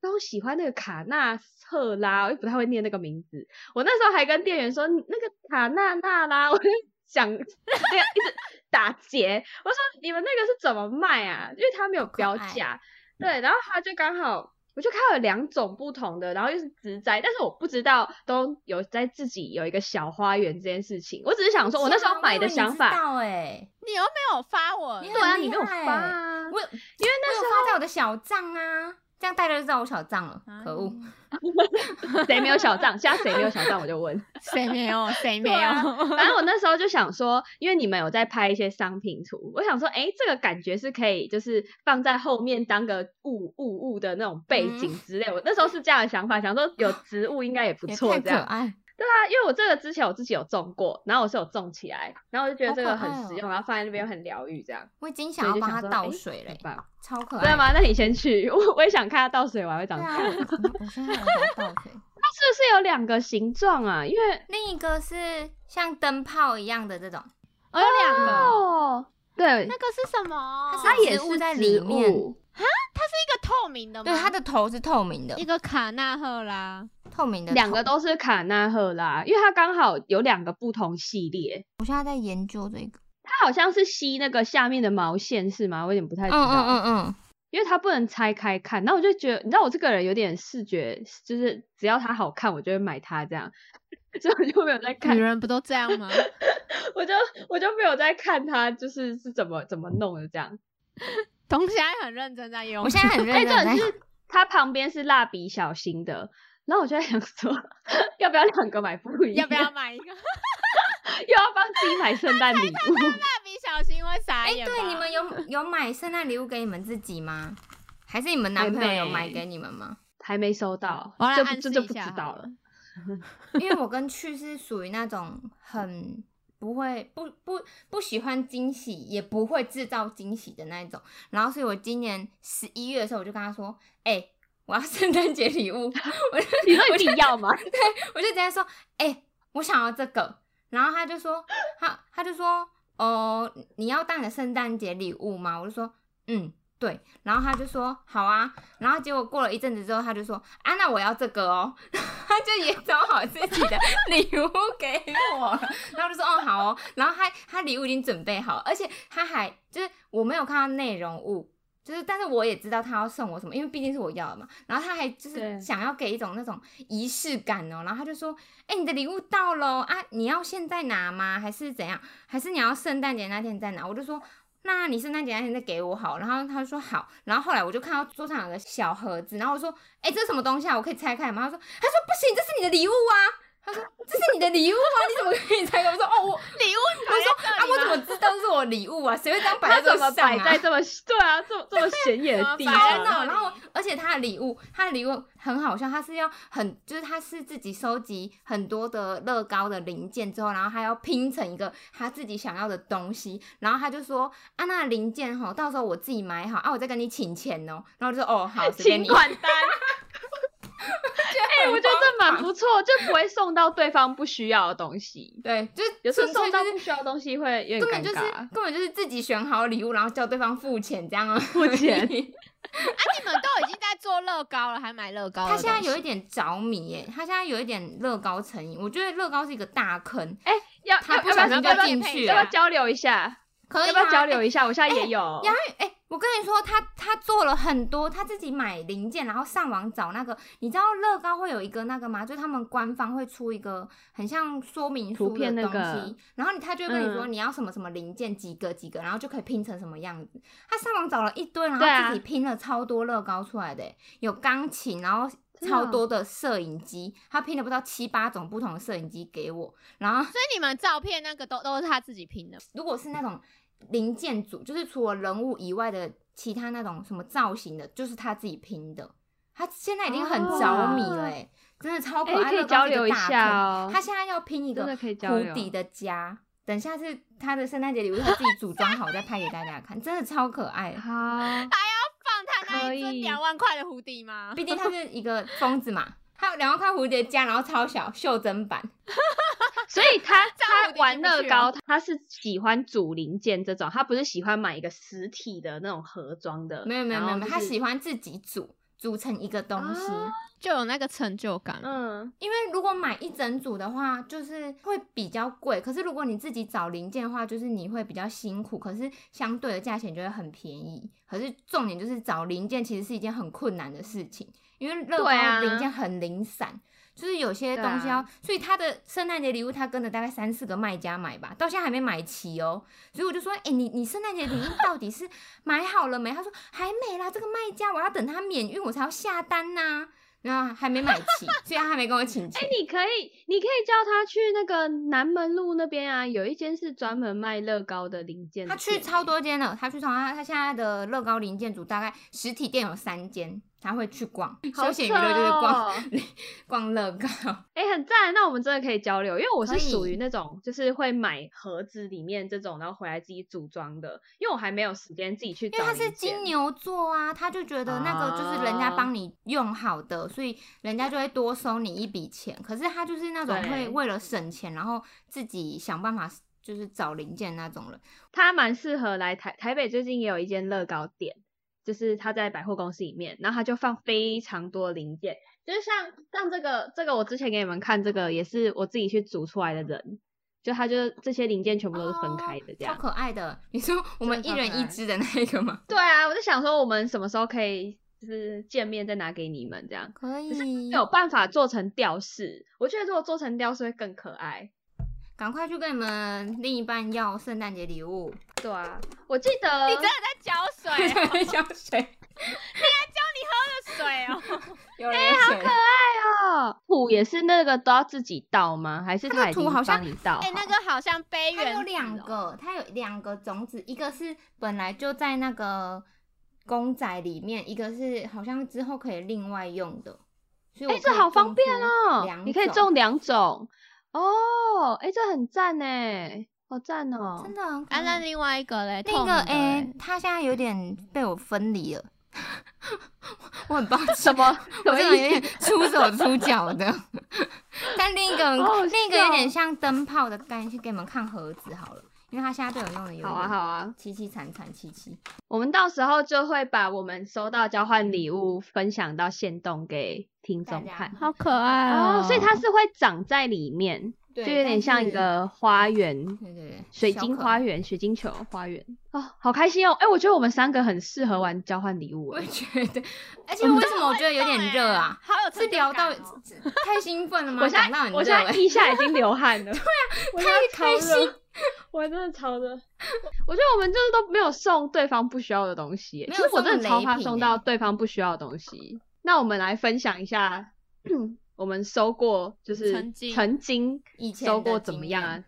Speaker 3: 那我喜欢那个卡纳赫拉，我又不太会念那个名字，我那时候还跟店员说你那个卡纳纳拉，我就想那个一直打结，我说你们那个是怎么卖啊？因为它没有标
Speaker 1: 爱
Speaker 3: 价，对，然后他就刚好。我就看到有两种不同的，然后又是植栽，但是我不知道都有在自己有一个小花园这件事情。我只是 想说，我那时候买的想法，
Speaker 1: 哎，
Speaker 4: 你又没有发我，
Speaker 1: 你
Speaker 3: 对啊，
Speaker 1: 很厉
Speaker 3: 你没有
Speaker 1: 害欸
Speaker 3: 发啊，
Speaker 1: 我
Speaker 3: 因为那
Speaker 1: 我有发在我的小账啊，这样大家就知道我小账了，
Speaker 3: 啊
Speaker 1: 可恶。
Speaker 3: 谁没有小账？现在谁没有小账，我就 问。
Speaker 4: 谁没有？谁没
Speaker 3: 对啊
Speaker 4: 有？
Speaker 3: 反正我那时候就想说，因为你们有在拍一些商品图，我想说，哎、这个感觉是可以，就是放在后面当个物物物的那种背
Speaker 1: 嗯
Speaker 3: 景之类。我那时候是这样的想法，想说有植物应该也不
Speaker 1: 也
Speaker 3: 错，
Speaker 1: 太可
Speaker 3: 这样。
Speaker 1: 爱，
Speaker 3: 对啊，因为我这个之前我自己有种过，然后我是有种起来，然后我就觉得
Speaker 1: 好
Speaker 3: 这
Speaker 1: 可
Speaker 3: 个很
Speaker 1: 爱
Speaker 3: 实
Speaker 1: 哦
Speaker 3: 用，然后放在那边很疗愈，这样。
Speaker 1: 我已经
Speaker 3: 所
Speaker 1: 想要
Speaker 3: 以就
Speaker 1: 帮
Speaker 3: 想
Speaker 1: 他
Speaker 3: 说
Speaker 1: 倒
Speaker 3: 诶
Speaker 1: 水嘞
Speaker 3: 很，棒啊
Speaker 1: 超可爱。
Speaker 3: 真的？吗？那你先去， 我 我也想看它倒水完会
Speaker 1: 对
Speaker 3: 长什
Speaker 1: 啊，
Speaker 3: 么
Speaker 1: 我
Speaker 3: 样。
Speaker 1: 我我现在有点倒水。
Speaker 3: 它是不是有两个形状啊？因为
Speaker 1: 另一个是像灯泡一样的这种，
Speaker 4: 我有两个，
Speaker 3: 哦，对，
Speaker 4: 那个是什么？
Speaker 1: 它
Speaker 3: 它
Speaker 1: 是
Speaker 4: 是
Speaker 3: 也
Speaker 1: 植物
Speaker 3: 是
Speaker 1: 在
Speaker 3: 植
Speaker 1: 里面
Speaker 3: 物嗯
Speaker 4: 一个透明的吗？
Speaker 1: 对，它的头是透明的
Speaker 4: 一，个卡纳赫拉，
Speaker 1: 透明的。
Speaker 3: 两个，都是卡纳赫拉，因为它刚好有两个不同系列。
Speaker 1: 我现在在研究这个。
Speaker 3: 它好像是吸那个下面的毛线是吗？我有点不太
Speaker 1: 嗯
Speaker 3: 知道，
Speaker 1: 嗯嗯嗯，
Speaker 3: 因为它不能拆开看。然后我就觉得，你知道我这个人有点视觉，就是只要它好看，我就会买它这样， 所以我就没有在看
Speaker 4: 女，人不都这样吗？
Speaker 3: 我就我就没有在看它，就是是怎么怎么弄的这样。
Speaker 4: 东西还很认真在用
Speaker 1: 我，现在很
Speaker 3: 哎，
Speaker 1: 认真
Speaker 3: 这
Speaker 1: 在
Speaker 3: 很是它旁边是蜡笔小新的。然后我就在想说， 要不要两个买不一样？
Speaker 4: 要不要买一个？蜡
Speaker 3: 又要帮自己买圣诞礼物？
Speaker 4: 笔小新会傻
Speaker 1: 哎，
Speaker 4: 眼吧。
Speaker 1: 对，你们有有买圣诞礼物给你们自己吗？还是你们男朋友有买给你们吗？
Speaker 3: 还没收
Speaker 1: 嗯
Speaker 3: 到，
Speaker 4: 我来
Speaker 3: 这
Speaker 4: 暗
Speaker 3: 不这
Speaker 4: 示
Speaker 3: 就
Speaker 4: 一
Speaker 3: 不
Speaker 4: 下
Speaker 3: 知
Speaker 4: 好
Speaker 3: 道
Speaker 4: 了
Speaker 3: 了。
Speaker 1: 因为我跟去是属于那种很不会不不不喜欢惊喜，也不会制造惊喜的那一种。然后，所以我今年十一月的时候，我就跟他说：“哎、我要圣诞节礼物。”我就
Speaker 3: 你说你自己要 吗？
Speaker 1: 我就直接说：“哎、我想要这个。”然后他就说：“他他就说，哦、你要当你的圣诞节礼物吗？”我就说：“嗯，对。”然后他就说：“好啊。”然后结果过了一阵子之后，他就说：“啊，那我要这个哦。” 他就也找好自己的礼物给我，然后就说：“哦，好哦。”然后他他礼物已经准备好，而且他还就是我没有看到内容物。就是，但是我也知道他要送我什么，因为毕竟是我要的嘛。然后他还就是
Speaker 3: 对
Speaker 1: 想要给一种那种仪式感哦，然后他就说：“哎、你的礼物到喽啊！你要现在拿吗？还是怎样？还是你要圣诞节那天再拿？”我就说：“那你圣诞节那天再给我好。”然后他就说：“好。”然后后来我就看到桌上有个小盒子，然后我说：“哎、这是什么东西啊？我可以拆开吗？”他说：“他说不行，这是你的礼物啊。”他说：“这是你的礼物啊，你怎么可以拆开？”我说：“哦，我
Speaker 4: 礼物
Speaker 1: 我说啊，我怎么
Speaker 4: 么
Speaker 1: 知道这是我礼物啊？谁会这样摆
Speaker 3: 他
Speaker 1: 在
Speaker 3: 怎
Speaker 1: 桌
Speaker 3: 么
Speaker 1: 上
Speaker 3: 摆在
Speaker 1: 啊？”
Speaker 3: 这么对啊，这么这么显眼的地
Speaker 4: 怎么摆
Speaker 1: 超
Speaker 3: 方？
Speaker 4: 在那
Speaker 1: 闹，
Speaker 4: 里
Speaker 1: 然后而且他的礼物，他的礼物很好笑，他是要很，就是他是自己收集很多的乐高的零件之后，然后他要拼成一个他自己想要的东西，然后他就说啊，那零件哈，到时候我自己买好啊，我再跟你请钱哦，然后我就说哦好，随便
Speaker 3: 请
Speaker 1: 你。
Speaker 3: 款单，
Speaker 1: 哎
Speaker 3: 哎，我觉得这蛮不错，就不会送到对方不需要的东西。
Speaker 1: 对，就是
Speaker 3: 有时候
Speaker 1: 纯粹
Speaker 3: 送到
Speaker 1: 就是
Speaker 3: 不需要的东西会有点
Speaker 1: 根本
Speaker 3: 尴
Speaker 1: 就是
Speaker 3: 尬。啊
Speaker 1: 根本就是自己选好礼物，然后叫对方付钱这样啊。
Speaker 3: 付钱
Speaker 4: 啊？你们都已经在做乐高了，还买乐高的
Speaker 1: 他
Speaker 4: 东西？
Speaker 1: 现
Speaker 3: 哦
Speaker 1: 在有一点着迷耶，他现在有一点乐高成瘾。我觉得乐高是一个大坑，
Speaker 3: 要
Speaker 1: 他
Speaker 3: 啊要
Speaker 1: 不
Speaker 3: 要不
Speaker 1: 小
Speaker 3: 要
Speaker 1: 心
Speaker 3: 要
Speaker 1: 就
Speaker 3: 不要
Speaker 1: 进去
Speaker 3: 要不要
Speaker 1: 了。
Speaker 3: 交流一下？
Speaker 1: 可以、啊、
Speaker 3: 要不要交
Speaker 1: 哎
Speaker 3: 流一下？我现在也有。
Speaker 1: 洋芋哎、我跟你说，他他做了很多，他自己买零件，然后上网找那个，你知道乐高会有一个那个吗？就他们官方会出一个很像说明书
Speaker 3: 图
Speaker 1: 的
Speaker 3: 片那
Speaker 1: 东西，
Speaker 3: 个
Speaker 1: 然后你他就会跟你说
Speaker 3: 嗯
Speaker 1: 你要什么什么零件几个几个，然后就可以拼成什么样子。他上网找了一堆，然
Speaker 3: 对啊
Speaker 1: 后自己拼了超多乐高出来的、有钢琴，然后
Speaker 3: 真的
Speaker 1: 超
Speaker 3: 哦
Speaker 1: 多的摄影机，他拼了不知道七八种不同的摄影机给我，然后
Speaker 4: 所以你们照片那个都都是他自己拼的，
Speaker 1: 如果是那种零件组，就是除了人物以外的其他那种什么造型的，就是他自己拼的。他现在已经很着迷了、欸，真的超可
Speaker 3: 哦哎
Speaker 1: 爱。
Speaker 3: 可以
Speaker 1: 乐高是个
Speaker 3: 交流一
Speaker 1: 大
Speaker 3: 下
Speaker 1: 坑
Speaker 3: 哦
Speaker 1: 他现在要拼一个
Speaker 3: 真的可以交流
Speaker 1: 湖底的家，等下是他的圣诞节礼物，他自己组装好再拍给大家看，真的超可爱。
Speaker 3: 好，
Speaker 4: 放他啊那一
Speaker 3: 可
Speaker 4: 尊
Speaker 3: 以
Speaker 4: 两万块的蝴蝶吗？
Speaker 1: 毕竟他是一个疯子嘛，他有两万块蝴蝶家，然后超小袖珍版，
Speaker 3: 所以 他他
Speaker 4: 蝴蝶
Speaker 3: 玩
Speaker 4: 进不
Speaker 3: 乐
Speaker 4: 去
Speaker 1: 哦
Speaker 3: 高，他是喜欢组零件这种，他不是喜欢买一个实体的那种盒装的。
Speaker 1: 没有没有
Speaker 3: 然
Speaker 1: 没有，
Speaker 3: 后
Speaker 1: 没
Speaker 3: 就
Speaker 1: 有
Speaker 3: 是
Speaker 1: 他喜欢自己组组成一个东西。
Speaker 3: 哦
Speaker 4: 就有那个成就感。
Speaker 3: 嗯，
Speaker 1: 因为如果买一整组的话，就是会比较贵。可是如果你自己找零件的话，就是你会比较辛苦，可是相对的价钱就会很便宜。可是重点就是找零件其实是一件很困难的事情，因为乐
Speaker 3: 对啊
Speaker 1: 高零件很零散，就是有些
Speaker 3: 对啊
Speaker 1: 东西要，所以他的圣诞节礼物他跟了大概三四个卖家买吧，到现在还没买齐哦。所以我就说，哎、你你圣诞节礼物到底是买好了没？他说还没啦，这个卖家我要等他免运我才要下单呐、然后还没买 齐，所以他还没跟我请
Speaker 3: 哎、
Speaker 1: 钱。
Speaker 3: 你可以，你可以叫他去那个南门路那边啊，有一间是专门卖乐高的零件的
Speaker 1: 他去
Speaker 3: 店
Speaker 1: 超
Speaker 3: 欸，
Speaker 1: 多间了，他去从他他现在的乐高零件组大概实体店有三间，他会去逛。
Speaker 3: 好
Speaker 1: 休闲娱乐就是逛、
Speaker 3: 扯哦
Speaker 1: 逛乐高。
Speaker 3: 哎、很赞。那我们真的可以交流，因为我是
Speaker 1: 可
Speaker 3: 属于
Speaker 1: 以
Speaker 3: 那种就是会买盒子里面这种，然后回来自己组装的，因为我还没有时间自己去
Speaker 1: 因
Speaker 3: 找
Speaker 1: 为
Speaker 3: 零
Speaker 1: 他
Speaker 3: 件。
Speaker 1: 是金牛座啊，他就觉得那个就是人家帮你用好的，所以人家就会多收你一笔钱。可是他就是那种
Speaker 3: 对
Speaker 1: 会为了省钱，然后自己想办法就是找零件那种人。
Speaker 3: 他蛮适合来台台北，最近也有一间乐高店，就是他在百货公司里面，然后他就放非常多零件，就是像像这个这个我之前给你们看这个也是我自己去组出来的人，就他就这些零件全部都是分开的这
Speaker 1: 超
Speaker 4: 哦
Speaker 3: 样。
Speaker 1: 可爱的。你说我们一
Speaker 4: 真的超可
Speaker 1: 人
Speaker 4: 爱
Speaker 1: 一只的那个吗？
Speaker 3: 对啊，我就想说我们什么时候可以就是见面再拿给你们这样。
Speaker 1: 可
Speaker 3: 可是
Speaker 1: 以
Speaker 3: 没，有办法做成吊饰，我觉得如果做成吊饰会更可爱。
Speaker 1: 赶快去跟你们另一半要圣诞节礼物，
Speaker 3: 对啊，我记得
Speaker 4: 你真的在浇水、
Speaker 1: 对，啊
Speaker 4: 哦，
Speaker 1: 香水，
Speaker 4: 这水哦，
Speaker 1: 有人水。
Speaker 3: 哦，土也是那个都要自己倒吗？还是
Speaker 1: 它的
Speaker 3: 他已
Speaker 1: 土
Speaker 3: 经
Speaker 1: 好像
Speaker 3: 帮你倒好？
Speaker 4: 哎、那个好像杯
Speaker 1: 它
Speaker 4: 原
Speaker 1: 有
Speaker 4: 子
Speaker 1: 两
Speaker 4: 哦，
Speaker 1: 个，它有两个种子，一个是本来就在那个公仔里面，一个是好像之后可以另外用的。所以我
Speaker 3: 哎、
Speaker 1: 可以
Speaker 3: 这好方便
Speaker 1: 种出
Speaker 3: 哦
Speaker 1: 两！
Speaker 3: 你可以
Speaker 1: 种
Speaker 3: 种两种哦，哎、这很赞哎，好赞哦！
Speaker 1: 真的很可
Speaker 4: 啊，那
Speaker 1: 爱。
Speaker 4: 另外一个嘞，
Speaker 1: 那个
Speaker 4: 哎、
Speaker 1: 哎、它现在有点被我分离 了，我很抱歉，
Speaker 3: 什么什
Speaker 1: 我
Speaker 3: 么
Speaker 1: 这种有
Speaker 3: 意
Speaker 1: 点
Speaker 3: 思？
Speaker 1: 出手出脚的。但另一个很
Speaker 3: 好好
Speaker 1: 另一个有点
Speaker 3: 笑
Speaker 1: 像灯泡的概念，先给你们看盒子好了，因为它现在被我弄的有
Speaker 3: 好啊好
Speaker 1: 点
Speaker 3: 啊，
Speaker 1: 凄凄惨惨戚戚。
Speaker 3: 我们到时候就会把我们收到交换礼物分享到线动给听众
Speaker 1: 大家
Speaker 3: 看
Speaker 4: 好可爱
Speaker 3: 哦，所以它是会长在里面，
Speaker 1: 对，
Speaker 3: 就有
Speaker 1: 但
Speaker 3: 点像一
Speaker 1: 是
Speaker 3: 个花园。
Speaker 1: 对对对，
Speaker 3: 水
Speaker 1: 小
Speaker 3: 晶
Speaker 1: 可
Speaker 3: 花
Speaker 1: 爱，
Speaker 3: 园、水晶球花园哦，好开心哦！哎、我觉得我们三个很适合玩交换 礼物
Speaker 1: 我
Speaker 3: 哎
Speaker 1: 也，觉得，而 且为什么我觉得有点热啊？
Speaker 4: 好有成
Speaker 1: 是聊
Speaker 4: 就感
Speaker 1: 到
Speaker 4: 哦
Speaker 1: 太兴奋了吗？
Speaker 3: 我现
Speaker 1: 讲到
Speaker 3: 在
Speaker 1: 很
Speaker 3: 我
Speaker 1: 热
Speaker 3: 现在
Speaker 1: 欸，
Speaker 3: 腋下已经流汗 了，对啊，我现在
Speaker 1: 太开
Speaker 3: 超热
Speaker 1: 心，
Speaker 3: 我真的超热。我觉得我们就是都没有送对方不需要的东西耶，
Speaker 1: 没
Speaker 3: 其
Speaker 1: 有
Speaker 3: 实我
Speaker 1: 送
Speaker 3: 真的超怕
Speaker 1: 礼品
Speaker 3: 送
Speaker 1: 耶
Speaker 3: 到对方不需要的东西。那我们来分享一下，我们收过就是
Speaker 4: 曾经
Speaker 3: 曾经
Speaker 1: 以前
Speaker 3: 收
Speaker 1: 的
Speaker 3: 过怎
Speaker 1: 经
Speaker 3: 么样啊
Speaker 1: 验？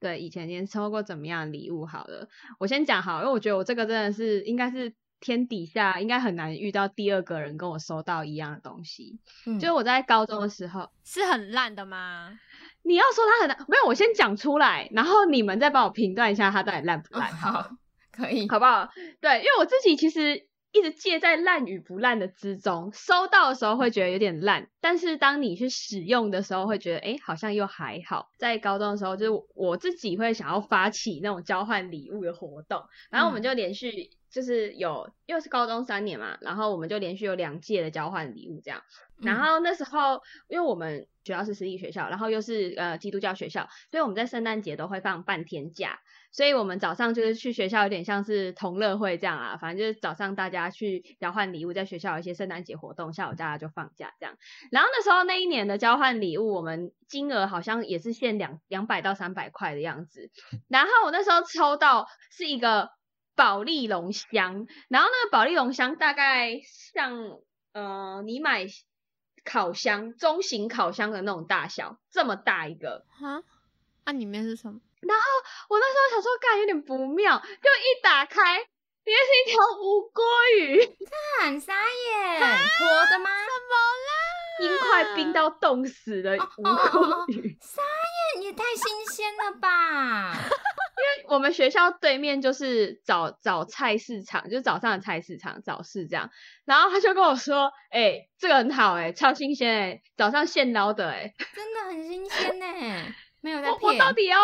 Speaker 3: 对，以前年收过怎么样的礼物？好了，我先讲好，因为我觉得我这个真的是应该是天底下应该很难遇到第二个人跟我收到一样的东西。
Speaker 1: 嗯
Speaker 3: 就是我在高中的时候，
Speaker 4: 是很烂的吗？
Speaker 3: 你要说他很难，没有，我先讲出来，然后你们再帮我评断一下他到底烂不
Speaker 1: 哦
Speaker 3: 烂，
Speaker 1: 好，可以，
Speaker 3: 好不好？对，因为我自己其实一直介在烂与不烂的之中，收到的时候会觉得有点烂，但是当你去使用的时候，会觉得哎、诶好像又还好。在高中的时候，就是我自己会想要发起那种交换礼物的活动，然后我
Speaker 1: 嗯
Speaker 3: 们就连续。就是有，因为是高中三年嘛，然后我们就连续有两届的交换礼物这样。
Speaker 1: 嗯
Speaker 3: 然后那时候，因为我们学校是私立学校，然后又是呃基督教学校，所以我们在圣诞节都会放半天假。所以我们早上就是去学校，有点像是同乐会这样啊，反正就是早上大家去交换礼物，在学校有一些圣诞节活动，下午大家就放假这样。然后那时候那一年的交换礼物，我们金额好像也是限两两百到三百块的样子。然后我那时候抽到是一个保利龙箱，然后那个保利龙箱大概像呃，你买烤箱中型烤箱的那种大小，这么大一个。
Speaker 4: 啊，啊，里面是什么？
Speaker 3: 我那时候想说，干有点不妙，就一打开，里面是一条无锅鱼，
Speaker 1: 看傻眼，活的吗？
Speaker 3: 冰块冰到冻死的
Speaker 1: 哦
Speaker 3: 无
Speaker 1: 哦哦哦
Speaker 3: 锅鱼。
Speaker 1: 傻眼也太新鲜了吧！
Speaker 3: 我们学校对面就是早早菜市场，就是早上的菜市场早市这样。然后他就跟我说：“哎、这个很好哎、超新鲜哎、早上现捞的哎、
Speaker 1: 真的很新鲜呢、 没有在
Speaker 3: 我我
Speaker 1: 骗。
Speaker 3: 到底要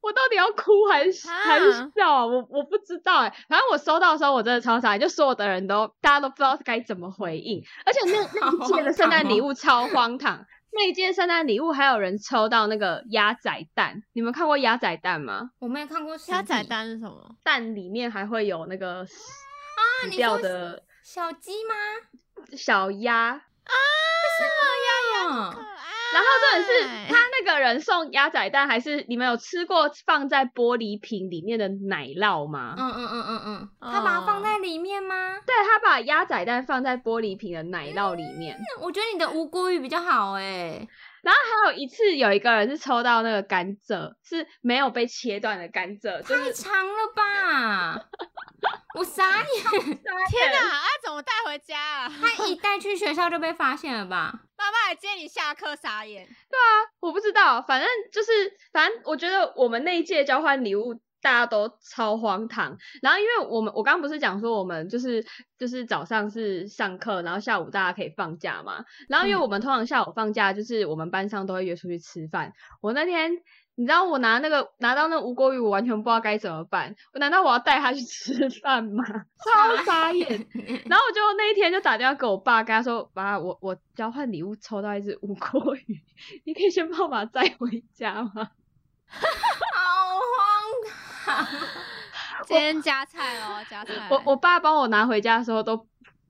Speaker 3: 我到底要哭还是还是
Speaker 4: 啊
Speaker 3: 笑啊？我我不知道哎、反正我收到的时候我真的超傻眼，就所有的人都大家都不知道该怎么回应，而且那那一届的圣诞
Speaker 1: 哦
Speaker 3: 礼物超荒唐。那一届圣诞礼物还有人抽到那个鸭仔蛋，你们看过鸭仔蛋吗？
Speaker 1: 我没有看过实体
Speaker 4: 鸭仔蛋是什么？
Speaker 3: 蛋里面还会有那个死
Speaker 1: 啊你
Speaker 3: 掉
Speaker 1: 说
Speaker 3: 的
Speaker 1: 小鸡吗？
Speaker 3: 小鸭，啊
Speaker 1: 嗯，
Speaker 3: 然后重点
Speaker 4: 哎
Speaker 3: 是他那个人送鸭仔蛋，还是你们有吃过放在玻璃瓶里面的奶酪吗？
Speaker 1: 嗯嗯嗯嗯嗯，
Speaker 3: 哦
Speaker 1: 他把它放在里面吗？
Speaker 3: 对他把鸭仔蛋放在玻璃瓶的奶酪里面，
Speaker 1: 那我觉得你的无锅鱼比较好哎、
Speaker 3: 还有一次有一个人是抽到那个甘蔗，是没有被切断的甘蔗，就
Speaker 1: 太
Speaker 3: 是
Speaker 1: 长了 吧！我傻眼，
Speaker 4: 天哪，啊，怎么带回家啊？
Speaker 1: 他一带去学校就被发现了吧？
Speaker 4: 妈妈来接你下课，傻眼。
Speaker 3: 啊我不知道，反正就是，反正我觉得我们那一届交换礼物。大家都超荒唐，然后因为我们我刚刚不是讲说我们就是就是早上是上课，然后下午大家可以放假嘛，然后因为
Speaker 1: 嗯
Speaker 3: 我们通常下午放假就是我们班上都会约出去吃饭，我那天你知道我拿那个拿到那无锅鱼，我完全不知道该怎么办，我难道我要带他去吃饭吗？ 超傻眼，然后我就那一天就打电话给我爸，跟他说：“爸，我我交换礼物抽到一只乌龟鱼，你可以先帮我把它载回家吗
Speaker 1: 好荒唐！
Speaker 4: 今天加菜哦，加菜。？”
Speaker 3: 我我爸帮我拿回家的时候都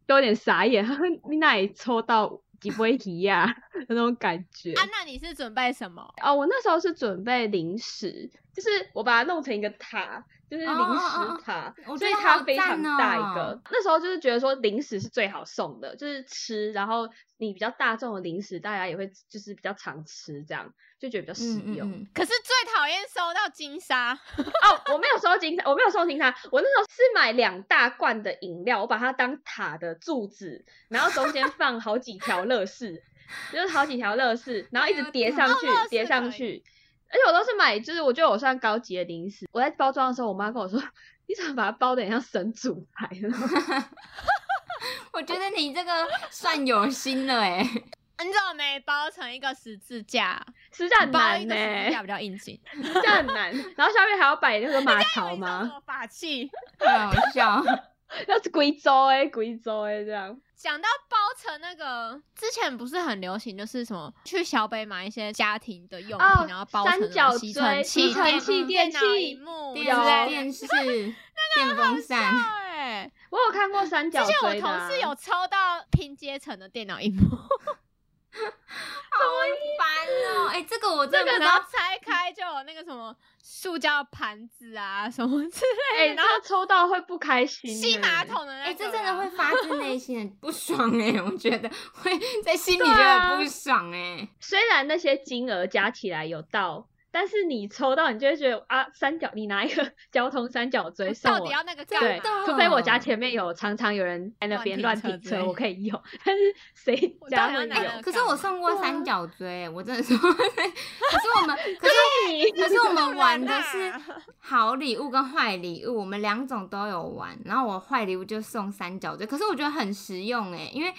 Speaker 3: 都有点傻眼，他说：“你哪里抽到几杯鱼呀、 那种感觉。
Speaker 4: 啊，那你是准备什么？
Speaker 3: 哦，我那时候是准备零食，就是我把它弄成一个塔，就是零
Speaker 1: 哦哦哦
Speaker 3: 食塔，
Speaker 1: 我
Speaker 3: 所
Speaker 1: 觉
Speaker 3: 以
Speaker 1: 得
Speaker 3: 它
Speaker 1: 好
Speaker 3: 非常
Speaker 1: 赞
Speaker 3: 大一个。
Speaker 1: 哦
Speaker 3: 那时候就是觉得说零食是最好送的，就是吃，然后你比较大众的零食，大家也会就是比较常吃，这样就觉得比较实
Speaker 1: 嗯嗯
Speaker 3: 用。
Speaker 1: 嗯，
Speaker 4: 可是最讨厌收到金沙，
Speaker 3: 哦，我没有收金沙，我没有收金沙，我那时候是买两大罐的饮料，我把它当塔的柱子，然后中间放好几条乐事，就是好几条乐事，然后一直叠上去
Speaker 4: 哦乐，事
Speaker 3: 叠上
Speaker 4: 可以
Speaker 3: 去。而且我都是买，就是我觉得我算高级的零食。我在包装的时候，我妈跟我说：“ 你怎么把它包的很像神主牌？”
Speaker 1: 我觉得你这个算有心了 哎、
Speaker 4: 你怎么没包成一个十字架？
Speaker 3: 实在很
Speaker 4: 包
Speaker 3: 难
Speaker 4: 一
Speaker 3: 呢、
Speaker 4: 个十字架比较应景。
Speaker 3: 实在很难。然后下面还要摆那个马槽
Speaker 4: 你知道
Speaker 3: 吗？
Speaker 4: 我法器？
Speaker 1: 太好笑。
Speaker 3: 那是贵州哎，贵州哎，这样。
Speaker 4: 讲到包成那个，之前不是很流行，就是什么去小北买一些家庭的用品，
Speaker 3: 哦
Speaker 4: 然后包成
Speaker 3: 三角
Speaker 4: 吸
Speaker 3: 锥
Speaker 4: 尘器、
Speaker 3: 吸尘器电
Speaker 4: 电脑
Speaker 3: 器
Speaker 4: 荧幕
Speaker 1: 电
Speaker 4: 之类的
Speaker 1: 电视、电风扇，
Speaker 4: 对，
Speaker 3: 我有看过三角
Speaker 4: 之前我
Speaker 3: 锥的、
Speaker 4: 同
Speaker 3: 啊。
Speaker 4: 事有抽到拼接成的电脑荧幕，
Speaker 1: 好烦哦！哎、这个我真的不知
Speaker 4: 然后
Speaker 1: 道。
Speaker 4: 拆开就哦有那个什么塑胶盘子啊什么之类
Speaker 3: 哎、然后抽到会不开心、
Speaker 4: 吸马。桶的那个、
Speaker 1: 哎、
Speaker 4: 啊，
Speaker 1: 这真的会发自内心的不爽哎、我觉得会在心里
Speaker 3: 对
Speaker 1: 觉
Speaker 3: 啊
Speaker 1: 得不爽哎、
Speaker 3: 虽然那些金额加起来有到，但是你抽到，你就会觉得啊，三角，你拿一个交通三角锥送
Speaker 4: 到
Speaker 3: 我
Speaker 4: 底。要那个干
Speaker 3: 对
Speaker 4: 嘛？，
Speaker 1: 嘛
Speaker 3: 除非我家前面有常常有 人在那边
Speaker 4: 乱
Speaker 3: 乱
Speaker 4: 停车
Speaker 3: 停
Speaker 4: 之类
Speaker 3: 车，我可以用。但是谁
Speaker 4: 我到
Speaker 3: 家
Speaker 4: 底要
Speaker 3: 会有？
Speaker 4: 拿
Speaker 1: 哎、
Speaker 4: 来
Speaker 1: 可是我送过三
Speaker 4: 啊
Speaker 1: 角锥、欸我真的是， 可是我们，可是
Speaker 3: 你
Speaker 1: 可是我们玩的
Speaker 4: 当然啊
Speaker 1: 是
Speaker 4: 啦
Speaker 1: 好礼物跟坏礼物，我们两种都有玩。然后我坏礼物就送三角锥，可是我觉得很实用哎，因为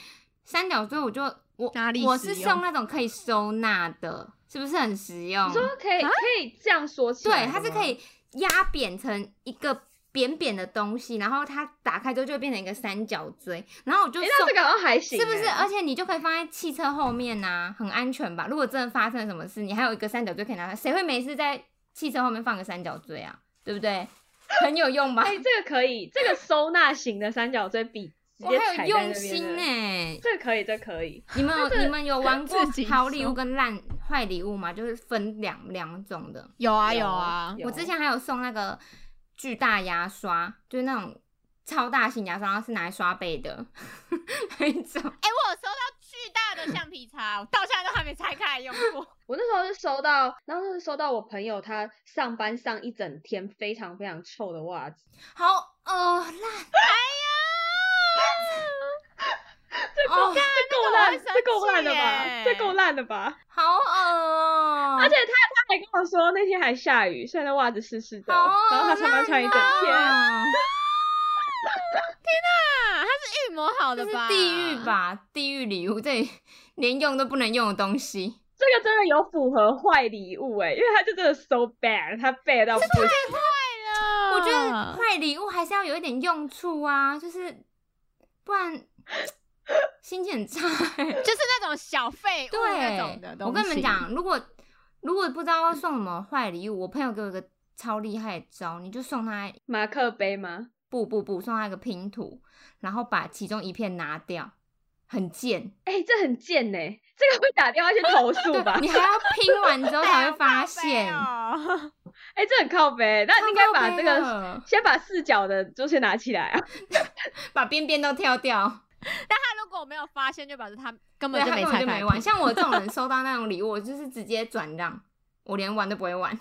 Speaker 1: 三角锥我就我
Speaker 4: 哪里
Speaker 1: 我
Speaker 4: 实
Speaker 1: 是
Speaker 4: 用
Speaker 1: 送那种可以收纳的，是不是很实用
Speaker 3: 啊你？说可以可以这样说起来
Speaker 1: 对，
Speaker 3: 的吗，
Speaker 1: 它是可以压扁成一个扁扁的东西，然后它打开之后就会变成一个三角锥，然后我就
Speaker 3: 哎、
Speaker 1: 送
Speaker 3: 那这个好像还行、
Speaker 1: 是不啊是？
Speaker 3: 哎
Speaker 1: 而且你就可以放在汽车后面呐、很安全吧？如果真的发生了什么事，你还有一个三角锥可以拿，谁会没事在汽车后面放个三角锥啊？对不对？很有用吧？
Speaker 3: 哎、这个可以，这个收纳型的三角锥比直
Speaker 1: 我
Speaker 3: 接
Speaker 1: 还有
Speaker 3: 踩在
Speaker 1: 用
Speaker 3: 那边
Speaker 1: 心呢、
Speaker 3: 的，这个可以，这个可以。
Speaker 1: 你们有你们有玩过
Speaker 4: 自己
Speaker 1: 好礼物
Speaker 4: 说
Speaker 1: 跟烂坏礼物吗？就是分两两种的。
Speaker 4: 有啊
Speaker 3: 有
Speaker 4: 有啊，
Speaker 1: 我之前还有送那个巨大牙刷，就是那种超大型牙刷，然后是拿来刷背的 那一种。
Speaker 4: 哎、我有收到巨大的橡皮擦，我到现在都还没拆开来用过。
Speaker 3: 我那时候是收到，然后是收到我朋友他上班上一整天非常非常臭的袜子，
Speaker 1: 好呃烂，哎呀，哦，
Speaker 3: 这够
Speaker 4: 我
Speaker 3: 烂，
Speaker 4: 会生
Speaker 3: 这够烂
Speaker 4: 气
Speaker 3: 了吧？
Speaker 4: 耶
Speaker 3: 这够烂了吧？
Speaker 1: 好恶、
Speaker 3: 而且他他还跟我说那天还下雨，所以那袜子湿湿的，
Speaker 1: 好
Speaker 3: 然后他上班穿一整天。
Speaker 1: 烂哦
Speaker 4: 啊，它是预磨好
Speaker 1: 这
Speaker 4: 的
Speaker 1: 是
Speaker 4: 吧？
Speaker 1: 地狱？吧？地狱礼物，这里连用都不能用的东西，
Speaker 3: 这个真的有符合坏礼物哎、因为他就真的 so bad，他 bad 到不行。
Speaker 4: 哎呀，
Speaker 1: 我觉
Speaker 3: 啊
Speaker 1: 得 坏礼物还是要有一点用处啊，就是不然心情很差、欸。
Speaker 4: 就是那种小废物那种的
Speaker 1: 对，
Speaker 4: 东西。
Speaker 1: 我跟你们，讲，如果如果不知道要送什么坏礼物，我朋友给我一个超厉害的招，你就送他
Speaker 3: 马克杯吗？
Speaker 1: 不不不，送他一个拼图，然后把其中一片拿掉，很贱。
Speaker 3: 哎、这很贱呢、欸这个会打电话去投诉
Speaker 1: 对
Speaker 3: 吧，？
Speaker 1: 你还要拼完之后才会发现，
Speaker 4: 哦、
Speaker 3: 哎、这很靠背，那应该把
Speaker 1: 超
Speaker 3: 这
Speaker 1: 靠哦
Speaker 3: 个
Speaker 1: 背 的
Speaker 3: 先把四角的就先拿起来啊。
Speaker 1: 把边边都挑掉，
Speaker 4: 他如果没有发现，就表示他根
Speaker 1: 对
Speaker 4: 本
Speaker 1: 他
Speaker 4: 没
Speaker 1: 根本
Speaker 4: 拆开
Speaker 1: 就
Speaker 4: 来
Speaker 1: 没
Speaker 4: 拼。
Speaker 1: 玩。像我这种人收到那种礼物，我就是直接转让，我连玩都不会玩。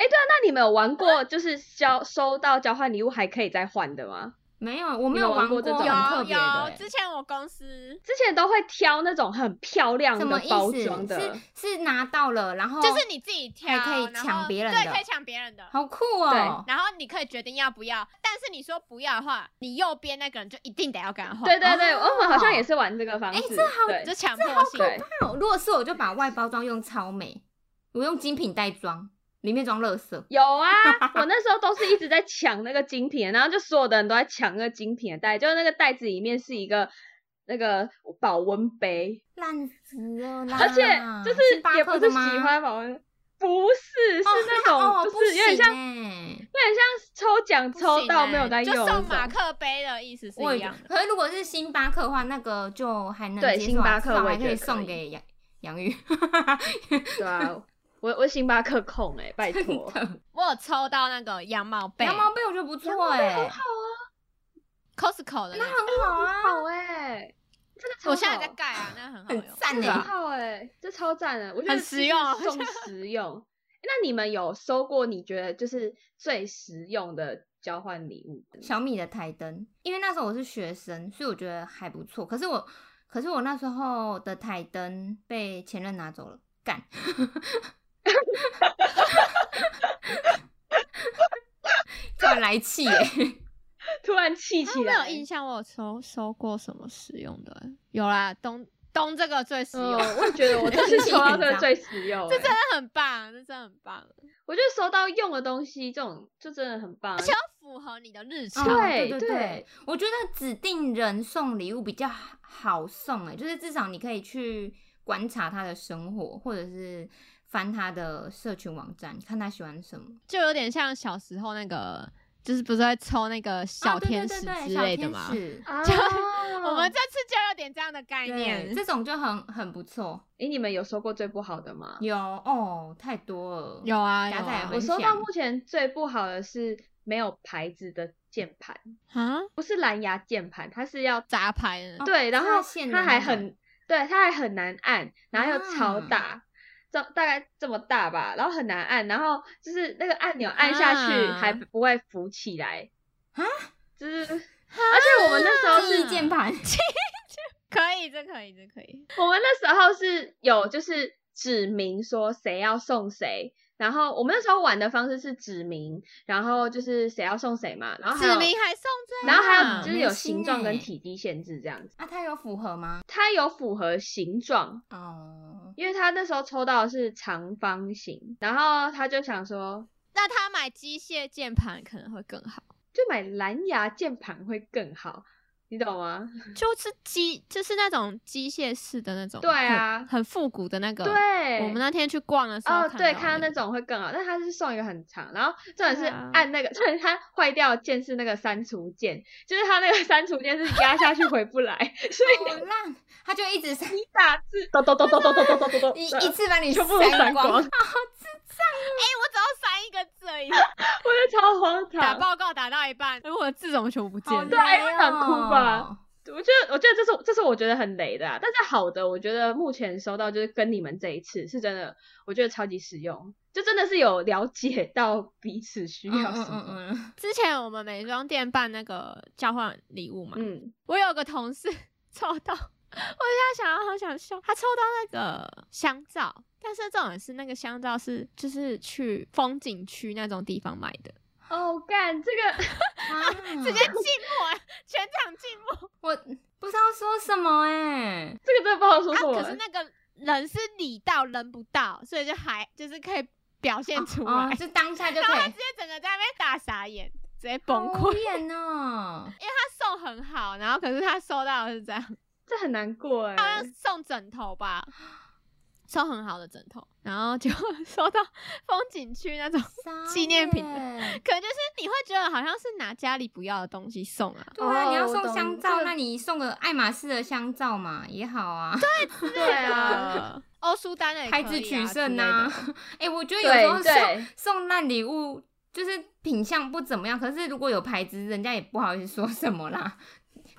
Speaker 3: 哎、对啊，那你们有玩过就是交收到交换礼物还可以再换的吗？
Speaker 1: 没有，我没
Speaker 3: 你们
Speaker 1: 有
Speaker 3: 玩
Speaker 1: 玩
Speaker 3: 过这种
Speaker 1: 很特
Speaker 4: 有
Speaker 1: 别的欸
Speaker 4: 有，之前我公司
Speaker 3: 之前都会挑那种很漂亮
Speaker 1: 什
Speaker 3: 的
Speaker 1: 么意
Speaker 3: 包
Speaker 1: 思？
Speaker 3: 装的
Speaker 1: 是，是拿到了，然后
Speaker 4: 就是你自己挑，
Speaker 1: 哦还可以
Speaker 4: 然后
Speaker 1: 抢别人的
Speaker 4: 对，可以抢别人的。
Speaker 1: 好酷哦、
Speaker 4: 然后你可以决定要不要，但是你说不要的话，你右边那个人就一定得要跟他换，
Speaker 3: 对对对，
Speaker 1: 哦
Speaker 3: 我们好像也是玩这个方
Speaker 1: 哎
Speaker 3: 式。
Speaker 1: 这好
Speaker 3: 对
Speaker 4: 就强迫性。
Speaker 3: 对，
Speaker 1: 那我如果是我就把外包装用超美，我用精品袋装，里面装垃圾。
Speaker 3: 有啊，我那时候都是一直在抢那个精品的，然后就所有的人都在抢那个精品的袋，就是那个袋子里面是一个那个保温杯，
Speaker 1: 烂死了啦！
Speaker 3: 而且就是
Speaker 1: 星巴
Speaker 3: 也不
Speaker 1: 克
Speaker 3: 是
Speaker 1: 的吗
Speaker 3: 喜欢保温，不是是
Speaker 1: 哦
Speaker 3: 那种、
Speaker 1: 哦
Speaker 3: 就
Speaker 1: 不
Speaker 3: 是有点
Speaker 1: 行
Speaker 3: 像，有
Speaker 1: 欸
Speaker 3: 点像抽奖
Speaker 4: 不
Speaker 3: 抽
Speaker 4: 行
Speaker 3: 到
Speaker 4: 欸
Speaker 3: 没有在用
Speaker 4: 就
Speaker 3: 的那
Speaker 4: 送
Speaker 3: 种，
Speaker 4: 马克杯的意思是
Speaker 1: 我
Speaker 4: 一
Speaker 1: 也
Speaker 4: 样的。
Speaker 1: 可是如果是星巴克的话，那个就还能
Speaker 3: 对
Speaker 1: 接受啊
Speaker 3: 星巴克
Speaker 1: 至少
Speaker 3: 我
Speaker 1: 还
Speaker 3: 也
Speaker 1: 可以
Speaker 3: 觉得可
Speaker 1: 送
Speaker 3: 以
Speaker 1: 给杨杨玉。
Speaker 3: 对啊，我我星巴克控哎、拜托。
Speaker 4: 我有抽到那个羊毛被
Speaker 1: 羊毛被我觉得不错哎、
Speaker 4: ，Costco 的那个，
Speaker 1: 很好啊，
Speaker 3: 好哎、这个超
Speaker 4: 我现在
Speaker 3: 好
Speaker 4: 在盖啊，那很好
Speaker 1: 很
Speaker 4: 用。
Speaker 1: 赞哎、
Speaker 3: 这个很好哎、这超赞的，我觉得
Speaker 4: 很
Speaker 3: 就是
Speaker 4: 实用啊
Speaker 3: 送实用。那你们有收过你觉得就是最实用的交换礼物吗？
Speaker 1: 小米的台灯，因为那时候我是学生，所以我觉得还不错。可是我，可是我那时候的台灯被前任拿走了，干。 突然来气 耶、
Speaker 3: 突然气
Speaker 4: 啊
Speaker 3: 起
Speaker 4: 我没
Speaker 3: 来，
Speaker 4: 有印象，我有收收过什么实用的、有啦，东东这个最实
Speaker 3: 嗯，
Speaker 4: 用，
Speaker 3: 我也觉得 我这次收到这个最实用、
Speaker 4: 这
Speaker 3: 欸，
Speaker 4: 真的很棒，这真的很棒，
Speaker 3: 我觉得收到用的东西，这种就真的很棒啊。
Speaker 4: 而且要符合你的日常。
Speaker 1: 哦
Speaker 3: 对
Speaker 1: 对
Speaker 3: 对
Speaker 1: 我觉得指定人送礼物比较好送哎、就是至少你可以去观察他的生活，或者是翻他的社群网站，看他喜欢什么。
Speaker 4: 就有点像小时候那个，就是不是会抽那个小
Speaker 1: 哦对对
Speaker 4: 天
Speaker 1: 对
Speaker 4: 使
Speaker 1: 对
Speaker 4: 之
Speaker 1: 小
Speaker 4: 类的
Speaker 1: 天
Speaker 4: 吗？
Speaker 1: 使
Speaker 3: 啊
Speaker 4: 我们这次就有点这样的概
Speaker 1: 对，
Speaker 4: 念。
Speaker 1: 这种就很很不错。
Speaker 3: 哎、你们有收过最不好的吗？
Speaker 1: 有哦，太多了。
Speaker 4: 有啊有
Speaker 1: 夹在
Speaker 4: 啊
Speaker 1: 很
Speaker 3: 我收到
Speaker 1: 想
Speaker 3: 目前最不好的是没有牌子的键盘，
Speaker 4: 啊，
Speaker 3: 不是蓝牙键盘，它是要
Speaker 4: 杂牌
Speaker 1: 哦
Speaker 4: 的那种
Speaker 3: 对，然
Speaker 1: 插
Speaker 3: 后
Speaker 1: 线的
Speaker 3: 它还
Speaker 1: 那种
Speaker 3: 很对，它还很难按，然后又超
Speaker 1: 啊
Speaker 3: 大，这、大概这么大吧，然后很难按，然后就是那个按钮按下去还
Speaker 4: 啊
Speaker 3: 不会浮起来
Speaker 1: 啊，
Speaker 3: 就是而且我们那时候
Speaker 1: 记忆
Speaker 3: 是，
Speaker 1: 键盘，
Speaker 4: 可以，这可以，这可以。
Speaker 3: 我们那时候是有就是指明说谁要送谁。然后我们那时候玩的方式是指明，然后就是谁要送谁嘛，然后还
Speaker 4: 指
Speaker 3: 有，
Speaker 4: 明还送这
Speaker 3: 然
Speaker 4: 样，
Speaker 3: 后还有就是
Speaker 1: 明
Speaker 3: 有
Speaker 1: 星
Speaker 3: 形状跟
Speaker 1: 欸
Speaker 3: 体积限制这样子，
Speaker 1: 啊，它有符合吗？
Speaker 3: 它有符合形状，
Speaker 1: 哦，
Speaker 3: 因为他那时候抽到的是长方形，然后他就想说，
Speaker 4: 那他买机械键盘可能会更好。
Speaker 3: 就买蓝牙键盘会更好，你懂吗？
Speaker 4: 就是机，就是那种机械式的那种，
Speaker 3: 对
Speaker 4: 很
Speaker 3: 啊
Speaker 4: 很复古的那个。，
Speaker 3: 对，
Speaker 4: 我们那天去逛的时候，
Speaker 3: 哦，对，看
Speaker 4: 看
Speaker 3: 到
Speaker 4: 到
Speaker 3: 那种会更好，但它是送一个很长，然后重点是
Speaker 4: 对啊
Speaker 3: 按那个，重点它坏掉的键是那个删除键，就是它那个删除键是压下去回不来，所以
Speaker 1: 好烂，他就一直 删，
Speaker 3: 你打字咚咚咚咚咚咚咚咚 咚，
Speaker 1: 一
Speaker 3: 呃
Speaker 1: 一次把你
Speaker 3: 全部都
Speaker 1: 删
Speaker 3: 删光，我
Speaker 1: 光
Speaker 3: 觉。
Speaker 4: 哎、我只要删一个字而已，
Speaker 3: 得超荒
Speaker 4: 打
Speaker 3: 唐。
Speaker 4: 报告打到一半，哎我的字怎么全部不见
Speaker 1: 好
Speaker 4: 了？
Speaker 1: 累
Speaker 3: 对啊我想哭吧
Speaker 1: 哦。
Speaker 3: 我觉得，我觉得这是这是我觉得很雷的、啊，但是好的，我觉得目前收到就是跟你们这一次是真的，我觉得超级实用，就真的是有了解到彼此需
Speaker 1: 嗯
Speaker 3: 要
Speaker 1: 嗯
Speaker 3: 什
Speaker 1: 嗯
Speaker 3: 么。
Speaker 1: 嗯，
Speaker 4: 之前我们美妆店办那个交换礼物嘛，
Speaker 3: 嗯，
Speaker 4: 我有个同事 抽到，我现在想要好想笑，他抽到那个香皂，但是重点是那个香皂是就是去风景区那种地方买的，
Speaker 3: 哦，干这个。
Speaker 1: 啊
Speaker 4: 直接静默，全场静默。
Speaker 1: 我不知道说什么哎、
Speaker 3: 这个真的不好说
Speaker 4: 啊，
Speaker 3: 什么。
Speaker 4: 可是那个人是礼到人不到，所以就还就是可以表现出来，
Speaker 1: 哦，就当下就
Speaker 4: 然后
Speaker 1: 可
Speaker 4: 他
Speaker 1: 以
Speaker 4: 直接整个在那边大傻眼，直接崩
Speaker 1: 好无
Speaker 4: 溃。
Speaker 1: 言 哦，
Speaker 4: 他送很好，然后可是他收到的是这样。
Speaker 3: 这很难过哎、
Speaker 4: 他要送枕头吧，送很好的枕头，然后就收到风景区那种，
Speaker 1: 傻
Speaker 4: 纪念品的
Speaker 3: 哦
Speaker 1: 眼
Speaker 4: 可能就是你会觉得好像是拿家里不要的东西送啊，
Speaker 1: 对啊，
Speaker 3: 哦
Speaker 1: 你要
Speaker 3: 我
Speaker 1: 送
Speaker 3: 懂
Speaker 1: 香
Speaker 3: 这
Speaker 1: 皂，
Speaker 3: 个
Speaker 1: 那你送个爱马仕的香皂嘛也好啊，
Speaker 3: 对啊，
Speaker 4: 呃， 欧舒丹的也可以
Speaker 1: 牌
Speaker 4: 啊
Speaker 1: 子取胜
Speaker 4: 呐、
Speaker 1: 呐、啊。 哎、我觉得有时候哎
Speaker 3: 对对
Speaker 1: 送送烂礼物就是品相不怎么样，可是如果有牌子，人家也不好意思说什么啦。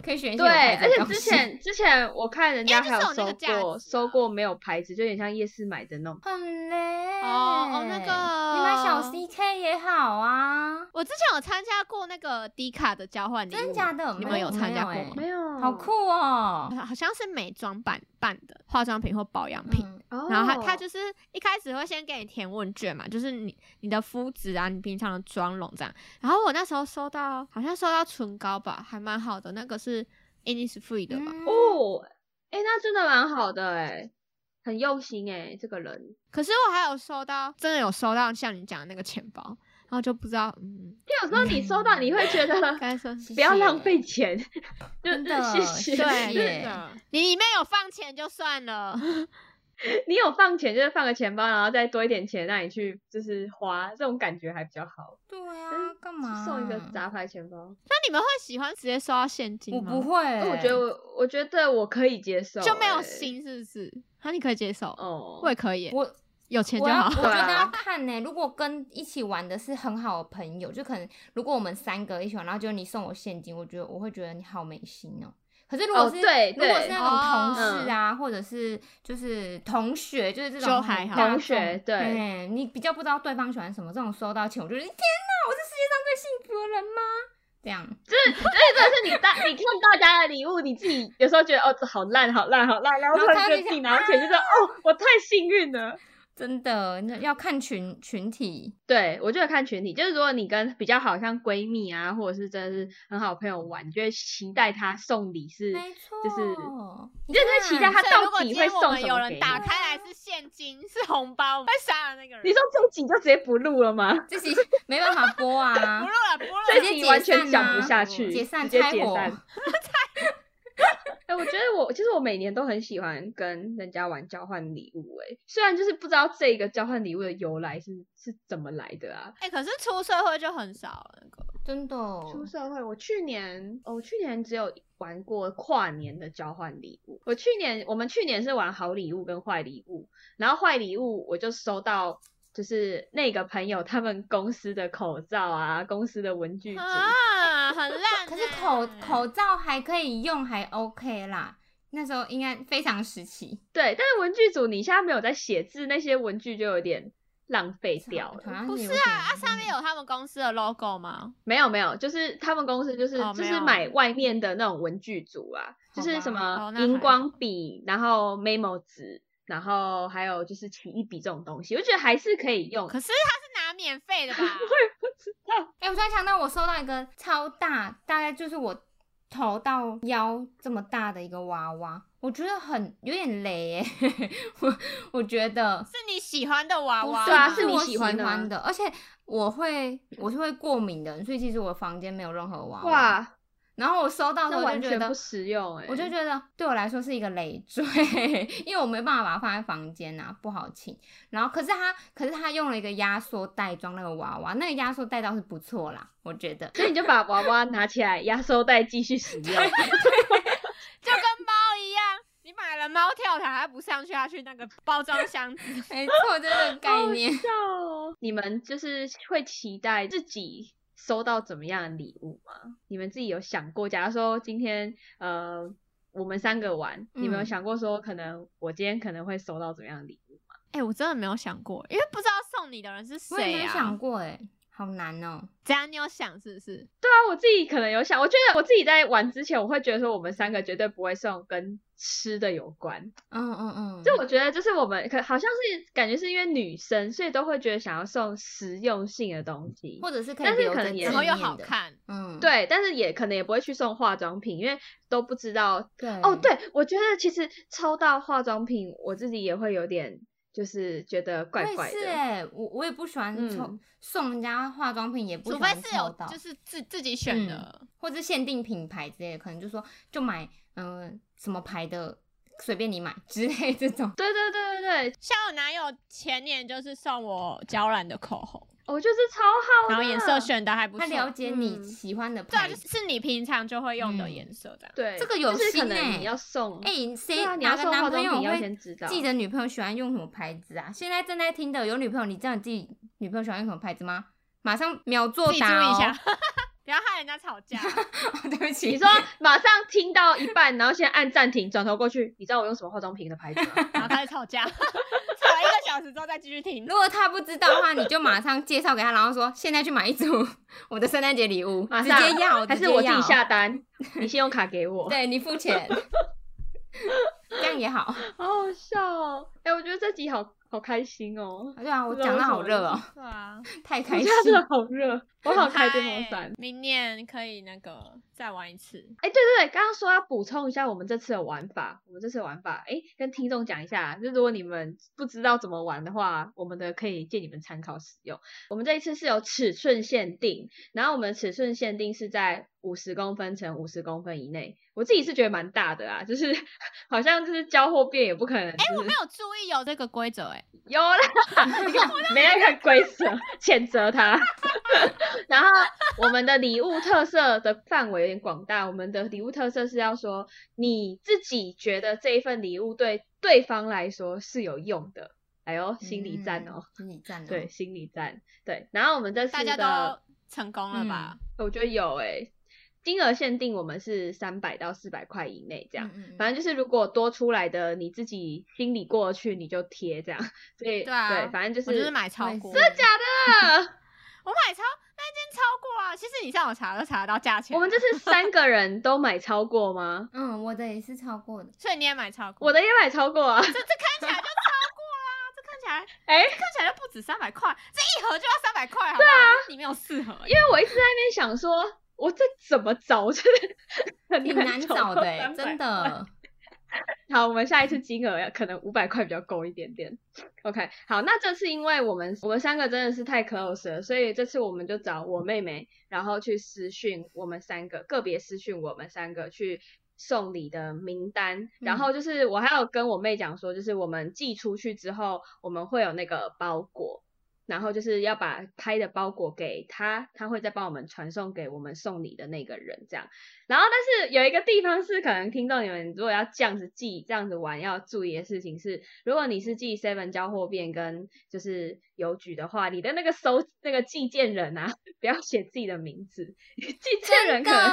Speaker 1: 可以选一些
Speaker 3: 对，
Speaker 1: 有牌
Speaker 3: 而
Speaker 1: 子的
Speaker 3: 且
Speaker 1: 东
Speaker 3: 之
Speaker 1: 西
Speaker 3: 前之前我看人家
Speaker 4: 因
Speaker 3: 还
Speaker 4: 为就是
Speaker 3: 收
Speaker 4: 有那个价值
Speaker 3: 过
Speaker 4: 啊
Speaker 3: 收过没有牌子，就有点像夜市买的那种。
Speaker 1: 很累
Speaker 4: 哦哦那个
Speaker 1: 你买小 CK 也好啊，
Speaker 4: 我之前有参加过那个迪卡的交换礼物，
Speaker 1: 真假的
Speaker 4: 你
Speaker 1: 没
Speaker 4: 们
Speaker 1: 有
Speaker 4: 有参加过
Speaker 1: 没有
Speaker 4: 吗？嗯
Speaker 1: 欸
Speaker 3: 没有，
Speaker 1: 好酷哦。
Speaker 4: 好像是美妆版办的化妆品或保养品，
Speaker 1: 嗯
Speaker 3: 哦！
Speaker 4: 然后他他就是一开始会先给你填问卷嘛，就是你你的肤质啊，你平常的妆容这样。然后我那时候收到，好像收到唇膏吧，还蛮好的，那个是 Innisfree 的吧。
Speaker 1: 嗯
Speaker 3: 哦，哎、那真的蛮好的哎、很用心哎、这个人。
Speaker 4: 可是我还有收到，真的有收到像你讲的那个钱包，然后就不知道，嗯，
Speaker 3: 因为有时候你收到，你会觉得
Speaker 4: 该说
Speaker 1: 谢
Speaker 3: 不要
Speaker 1: 嗯谢
Speaker 3: 浪费钱，就
Speaker 1: 真的
Speaker 3: 谢谢。
Speaker 1: 对
Speaker 3: 就是
Speaker 1: 真的
Speaker 4: 你里面有放钱就算了，
Speaker 3: 你有放钱，就是放个钱包，然后再多一点钱让你去就是花，这种感觉还比较好。
Speaker 1: 对啊，干嘛
Speaker 3: 送一个杂牌钱包，
Speaker 4: 那你们会喜欢直接收到现金
Speaker 1: 我
Speaker 4: 吗？
Speaker 1: 不会欸、
Speaker 3: 哦我觉得我我觉得我可以接受、
Speaker 4: 就没有
Speaker 3: 欸
Speaker 4: 心是不是？那、你可以接受，
Speaker 3: 哦，
Speaker 4: 我也可以耶，
Speaker 1: 我
Speaker 4: 有钱就
Speaker 1: 我要
Speaker 4: 好
Speaker 1: 我。觉
Speaker 3: 对
Speaker 1: 得
Speaker 3: 啊
Speaker 1: 要看呢、如果跟一起玩的是很好的朋友，就可能如果我们三个一起玩，然后就你送我现金，我觉得我会觉得你好没心哦、可是如果
Speaker 3: 哦
Speaker 1: 是、
Speaker 3: 对
Speaker 1: 如果
Speaker 3: 对
Speaker 1: 是那种同
Speaker 3: 哦
Speaker 1: 事啊，或者是就是同学，就是这种
Speaker 4: 就还好
Speaker 1: 大众
Speaker 3: 同学对
Speaker 1: 哎你比较不知道对方喜欢什么，这种收到钱，我就觉得天哪，我是世界上最幸福的人吗？这样，
Speaker 3: 但是你大，你看大家的礼物，你自己有时候觉得哦，这好烂，好烂，好烂，然后
Speaker 1: 然后
Speaker 3: 突
Speaker 1: 他
Speaker 3: 然
Speaker 1: 就
Speaker 3: 觉得自己
Speaker 1: 想啊
Speaker 3: 拿到钱，就觉得哦，我太幸运了。
Speaker 1: 真的那要看群群体，
Speaker 3: 对，我觉得看群体，就是如果你跟比较好像闺蜜啊，或者是真的是很好的朋友玩，你就会期待他送礼是，
Speaker 1: 没错，
Speaker 3: 就是
Speaker 1: 你
Speaker 3: 就是会啊
Speaker 1: 看
Speaker 3: 期待他
Speaker 4: 所以如
Speaker 3: 到
Speaker 4: 果
Speaker 3: 底
Speaker 4: 今
Speaker 3: 会
Speaker 4: 天我
Speaker 3: 送
Speaker 4: 们
Speaker 3: 什
Speaker 4: 有
Speaker 3: 么给
Speaker 4: 人
Speaker 3: 你。
Speaker 4: 打开来是现金是红包，会杀了那个人。
Speaker 3: 你说这一集就直接不录了吗？
Speaker 1: 自己没办法播 啊
Speaker 4: 不录，了，不录
Speaker 1: 直
Speaker 3: 这
Speaker 4: 了，
Speaker 1: 接解
Speaker 3: 一集
Speaker 1: 散
Speaker 3: 完全讲不
Speaker 1: 啊
Speaker 3: 下去，
Speaker 1: 解散
Speaker 3: 直接
Speaker 1: 拆
Speaker 3: 解
Speaker 1: 伙
Speaker 3: 散。哎、我觉得我其实我每年都很喜欢跟人家玩交换礼物、哎，虽然就是不知道这个交换礼物的由来是是怎么来的啊，
Speaker 4: 哎、可是出社会就很少了。那个
Speaker 1: 真的哦
Speaker 3: 出社会，我去年哦，我去年只有玩过跨年的交换礼物。我去年我们去年是玩好礼物跟坏礼物，然后坏礼物我就收到就是那个朋友他们公司的口罩啊，公司的文具组。
Speaker 4: 啊，很烂欸、
Speaker 1: 可是口口罩还可以用，还 OK 啦。那时候应该非常时期，
Speaker 3: 对，但是文具组你现在没有在写字，那些文具就有点浪费掉
Speaker 1: 好
Speaker 3: 了。
Speaker 1: 像
Speaker 4: 不是
Speaker 1: 有
Speaker 4: 啊，
Speaker 1: 点嗯
Speaker 4: 啊上面有他们公司的 logo 吗？
Speaker 3: 没有没有，就是他们公司就是、
Speaker 4: 哦
Speaker 3: 就
Speaker 4: 没
Speaker 3: 是
Speaker 4: 有
Speaker 3: 买外面的那种文具组啊，就
Speaker 1: 好
Speaker 3: 是
Speaker 1: 吧
Speaker 3: 什
Speaker 4: 哦
Speaker 3: 么
Speaker 4: 那还
Speaker 3: 荧光笔，然后 memo 纸，然后还有就是起一笔这种东西，我觉得还是可以用。
Speaker 4: 可是他是拿免费 的吧？
Speaker 1: 哎、我突然想到，我收到一个超大，大概就是我头到腰这么大的一个娃娃，我觉得很有点雷耶、 我我觉得
Speaker 4: 是你喜欢的娃娃吗，
Speaker 1: 对啊，
Speaker 3: 是
Speaker 1: 是
Speaker 3: 你
Speaker 1: 我
Speaker 3: 喜
Speaker 1: 喜
Speaker 3: 欢的吗
Speaker 1: 欢的，而且我会我是会过敏的人，所以其实我房间没有任何娃娃。
Speaker 3: 啊哇，
Speaker 1: 然后我收到的时
Speaker 3: 那
Speaker 1: 候就
Speaker 3: 完
Speaker 1: 觉
Speaker 3: 全
Speaker 1: 得
Speaker 3: 不，实用哎、
Speaker 1: 我就觉得对我来说是一个累赘， 因为我没办法把它放在房间呐、不好请。然后可是他，可是他用了一个压缩袋装那个娃娃，那个压缩袋倒是不错啦，我觉 得。
Speaker 3: 所以你就把娃娃拿起来压缩袋继续使用。
Speaker 4: 就跟猫一样， 你买了猫跳台，它不上去，它去那个包装箱子。
Speaker 1: 没错，就这个概念。
Speaker 3: 你们就是会期待自己收到怎么样的礼物吗？你们自己有想过，假如说今天呃我们三个玩，你们有
Speaker 1: 嗯
Speaker 3: 想过说可能我今天可能会收到怎么样的礼物？
Speaker 4: 哎、我真的没有想过，因为不知道送你的人是
Speaker 1: 我也没
Speaker 4: 谁
Speaker 1: 有
Speaker 4: 啊。
Speaker 1: 想过哎、好难哦、
Speaker 4: 怎样？你有想是不是？
Speaker 3: 对啊，我自己可能有想，我觉得我自己在玩之前，我会觉得说我们三个绝对不会送跟吃的有关。
Speaker 1: 嗯嗯嗯，
Speaker 3: 就我觉得就是我们可好像是感觉是因为女生，所以都会觉得想要送实用性的东西。
Speaker 1: 或者是可
Speaker 3: 但
Speaker 1: 以
Speaker 3: 是
Speaker 1: 留
Speaker 3: 可
Speaker 1: 着
Speaker 3: 能
Speaker 1: 纪
Speaker 3: 也
Speaker 1: 念
Speaker 4: 然
Speaker 1: 的，
Speaker 4: 后又好看，
Speaker 1: 嗯，
Speaker 3: 对，但是也可能也不会去送化妆品，因为都不知道
Speaker 1: 对，
Speaker 3: 哦，，对，我觉得其实抽到化妆品，我自己也会有点，就是觉得
Speaker 1: 我
Speaker 3: 怪
Speaker 1: 也
Speaker 3: 怪
Speaker 1: 是
Speaker 3: 的。
Speaker 1: 哎、我我也不喜欢抽、
Speaker 3: 嗯
Speaker 1: 送人家化妆品，也不喜
Speaker 4: 除非
Speaker 1: 欢
Speaker 4: 是有
Speaker 1: 抽到，
Speaker 4: 就是自自己选的。
Speaker 1: 或者限定品牌之类的，可能就说就买嗯、呃什么牌的，随便你买 之类这种。
Speaker 3: 对对对对对，
Speaker 4: 像我男友前年就是送我娇兰的口红，
Speaker 3: 我就是超好的，
Speaker 4: 然后颜色选的还不
Speaker 1: 啊他
Speaker 4: 错。
Speaker 1: 了解你
Speaker 3: 嗯
Speaker 1: 喜欢的
Speaker 4: 对啊，
Speaker 1: 牌
Speaker 4: 就
Speaker 1: 子，
Speaker 4: 是是你平常就会用的
Speaker 1: 嗯
Speaker 4: 颜色这样。
Speaker 3: 对，
Speaker 1: 这个有
Speaker 3: 就是可
Speaker 1: 心
Speaker 3: 能
Speaker 1: 欸
Speaker 3: 你要送，
Speaker 1: 哎、谁、
Speaker 3: 对啊，你
Speaker 1: 哪
Speaker 3: 要
Speaker 1: 个
Speaker 3: 送化
Speaker 1: 男
Speaker 3: 妆
Speaker 1: 朋
Speaker 3: 品
Speaker 1: 友
Speaker 3: 要先
Speaker 1: 会
Speaker 3: 知道。
Speaker 1: 记得女朋友喜欢用什么牌子啊？现在正在听的有女朋友，你知道你自己女朋友喜欢用什么牌子吗？马上秒
Speaker 4: 自
Speaker 1: 作
Speaker 4: 己注意
Speaker 1: 答
Speaker 4: 一下
Speaker 1: 哦！，
Speaker 4: 不要害人家吵 架。
Speaker 1: 对不起，
Speaker 3: 你说马上听到一半，然后先按暂停，转头过去，你知道我用什么化妆品的牌子 吗？
Speaker 4: 然后开始吵 架，吵了一个小时之后再继续听。
Speaker 1: 如果他不知道的话，你就马上介绍给他，然后说现在去买一组我的圣诞节礼物，
Speaker 3: 马
Speaker 1: 直
Speaker 3: 上
Speaker 1: 接要，
Speaker 3: 还
Speaker 1: 哦直
Speaker 3: 是
Speaker 1: 接
Speaker 3: 我自己
Speaker 1: 要
Speaker 3: 下单？你信用卡给我。
Speaker 1: 对你付钱， 这样也好。
Speaker 3: 好好笑哦！哎、我觉得这集好好开心哦，
Speaker 1: 对啊，我讲的好热 哦，
Speaker 4: 对啊，
Speaker 1: 太
Speaker 3: 我
Speaker 1: 开心。
Speaker 3: 现在真的好热，我好
Speaker 4: 很
Speaker 3: 开
Speaker 4: 开
Speaker 3: 电风扇。。
Speaker 4: 明年可以那个再玩一次。
Speaker 3: 哎，对对对，刚刚说要补充一下我们这次的玩法，我们这次的玩法，哎，跟听众讲一下，就如果你们不知道怎么玩的话，我们的可以借你们参考使用。我们这一次是有尺寸限定，然后我们尺寸限定是在五十公分乘五十公分以内。我自己是觉得蛮大的啊，就是 好像就是交货变也不可能、就是。哎，我
Speaker 4: 没有注意有这个规则哎，
Speaker 3: 有啦，你看没在看规则，谴责他。 然后我们的礼物特色的范围有点广大，我们的礼物特色是要说你自己觉得这一份礼物对对方来说是有用的。哎呦，心理战哦，
Speaker 1: 嗯，心理战哦，
Speaker 3: 对，，心理战，对。然后我们这次
Speaker 4: 大家
Speaker 3: 的
Speaker 4: 都成功了吧？
Speaker 3: 我觉得有诶、金额限定我们是三百到四百块以内这样。
Speaker 1: 嗯
Speaker 3: 反正就是如果多出来的你自己心里过得去，你就贴这样。所以
Speaker 4: 对啊
Speaker 3: 反正就
Speaker 4: 我就是是买超过，
Speaker 1: 我也是真的？
Speaker 4: 假？
Speaker 3: 啊
Speaker 4: 我买超那间超过啊！其实你上网查都查得到价钱啊，
Speaker 3: 我们这次三个人都买超过吗
Speaker 1: 嗯，我的也是超过 的，
Speaker 4: 所以你也买超过，
Speaker 3: 我的也买超过啊！
Speaker 4: 这这看起来就超过啦，这看起来
Speaker 3: 哎
Speaker 4: 这看起来就不止三百块，这一盒就要三百块，好不好？啊，里面有四盒
Speaker 3: 因
Speaker 4: 耶，
Speaker 3: 为我一直在那边想说，我这怎么找，真的很
Speaker 1: 挺难找的欸，真
Speaker 3: 的。
Speaker 1: 的。
Speaker 3: 好，我们下一次金额要可能五百块比较够一点点。OK，好，那这次因为我们我们三个真的是太 close 了，所以这次我们就找我妹妹，然后去私讯我们三个，个别私讯我们三个去送礼的名单。然后就是我还有跟我妹讲说，就是我们寄出去之后，我们会有那个包裹。然后就是要把拍的包裹给她，她会再帮我们传送给我们送礼的那个人，这样。然后，但是有一个地方是可能听众你们如果要这样子记、这样子玩，要注意的事情是，如果你是寄 Seven 交货变跟就是邮局的话，你的那个收那个寄件人啊，不要写自己的名字， 寄件人
Speaker 1: 真
Speaker 3: 可能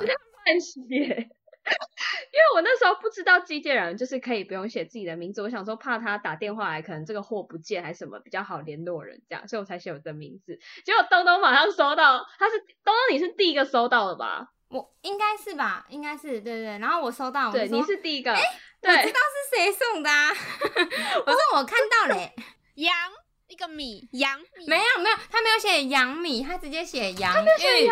Speaker 1: 的，
Speaker 3: 乱写。 因为我那时候不知道寄件人就是可以不用写自己的名字，我想说怕他打电话来，可能这个货不见还是什么比较好联络人这样，所以我才写我的名字。结果东东马上收到，他是东东，你是第一个收到的吧？
Speaker 1: 我应该是吧，应该是对对对。然后我收到，我就
Speaker 3: 对，
Speaker 1: 说
Speaker 3: 你是第一个。
Speaker 1: 我
Speaker 3: 对
Speaker 1: 知，道是谁送的啊，我说我看到嘞，
Speaker 4: 羊一个米，羊米
Speaker 1: 没有没有，他没有写杨米，他直接写杨
Speaker 3: 嗯
Speaker 1: 玉，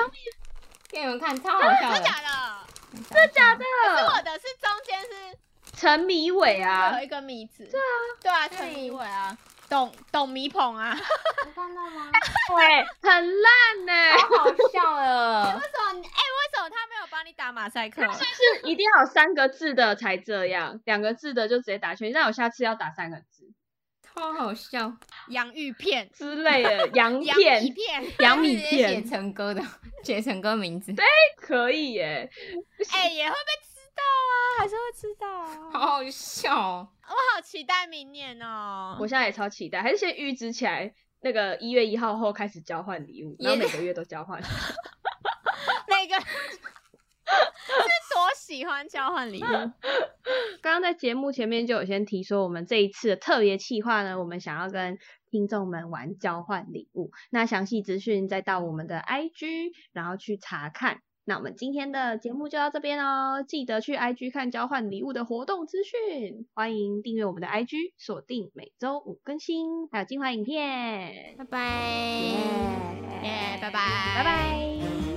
Speaker 1: 给你们看，超好笑
Speaker 3: 啊
Speaker 4: 真
Speaker 1: 的
Speaker 4: 的，假的？嗯
Speaker 1: 真的假的？
Speaker 4: 可是我的是中间是
Speaker 3: 陈米伟啊
Speaker 4: 有，一个米字，对啊，对啊，
Speaker 1: 对
Speaker 4: 陈米伟啊，董董米捧啊，
Speaker 1: 有看到吗？
Speaker 3: 对，很烂呢、
Speaker 1: 好好笑了
Speaker 4: 为，什么你？哎、为什么他没有帮你打马赛克？
Speaker 3: 哦是一定要有三个字的才这样，两个字的就直接打圈。那我下次要打三个字
Speaker 1: 超好笑，
Speaker 4: 洋芋片，
Speaker 3: 之类的，洋
Speaker 4: 洋
Speaker 3: 片
Speaker 4: 芋片，
Speaker 3: 洋米
Speaker 1: 直接写
Speaker 3: 片
Speaker 1: 成哥的，写成哥名字，
Speaker 3: 可以耶、
Speaker 4: 哎、也会被知道啊，还是会知道啊。
Speaker 1: 好好笑哦。
Speaker 4: 我好期待明年哦。
Speaker 3: 我现在也超期待，还是先预支起来。那个一月一号后开始交换礼物，然后
Speaker 1: 也
Speaker 3: 每个月都交换。
Speaker 4: 那个是 多喜欢交换礼物，
Speaker 3: 刚刚在节目前面就有先提说，我们这一次的特别企划呢，我们想要跟听众们玩交换礼物。那详细资讯再到我们的 IG，然后去查看。那我们今天的节目就到这边哦，记得去 IG 看交换礼物的活动资讯，欢迎订阅我们的 IG，锁定每周五更新，还有精华影片。
Speaker 1: 拜拜。
Speaker 3: 耶
Speaker 4: 耶、拜拜，
Speaker 3: 拜拜。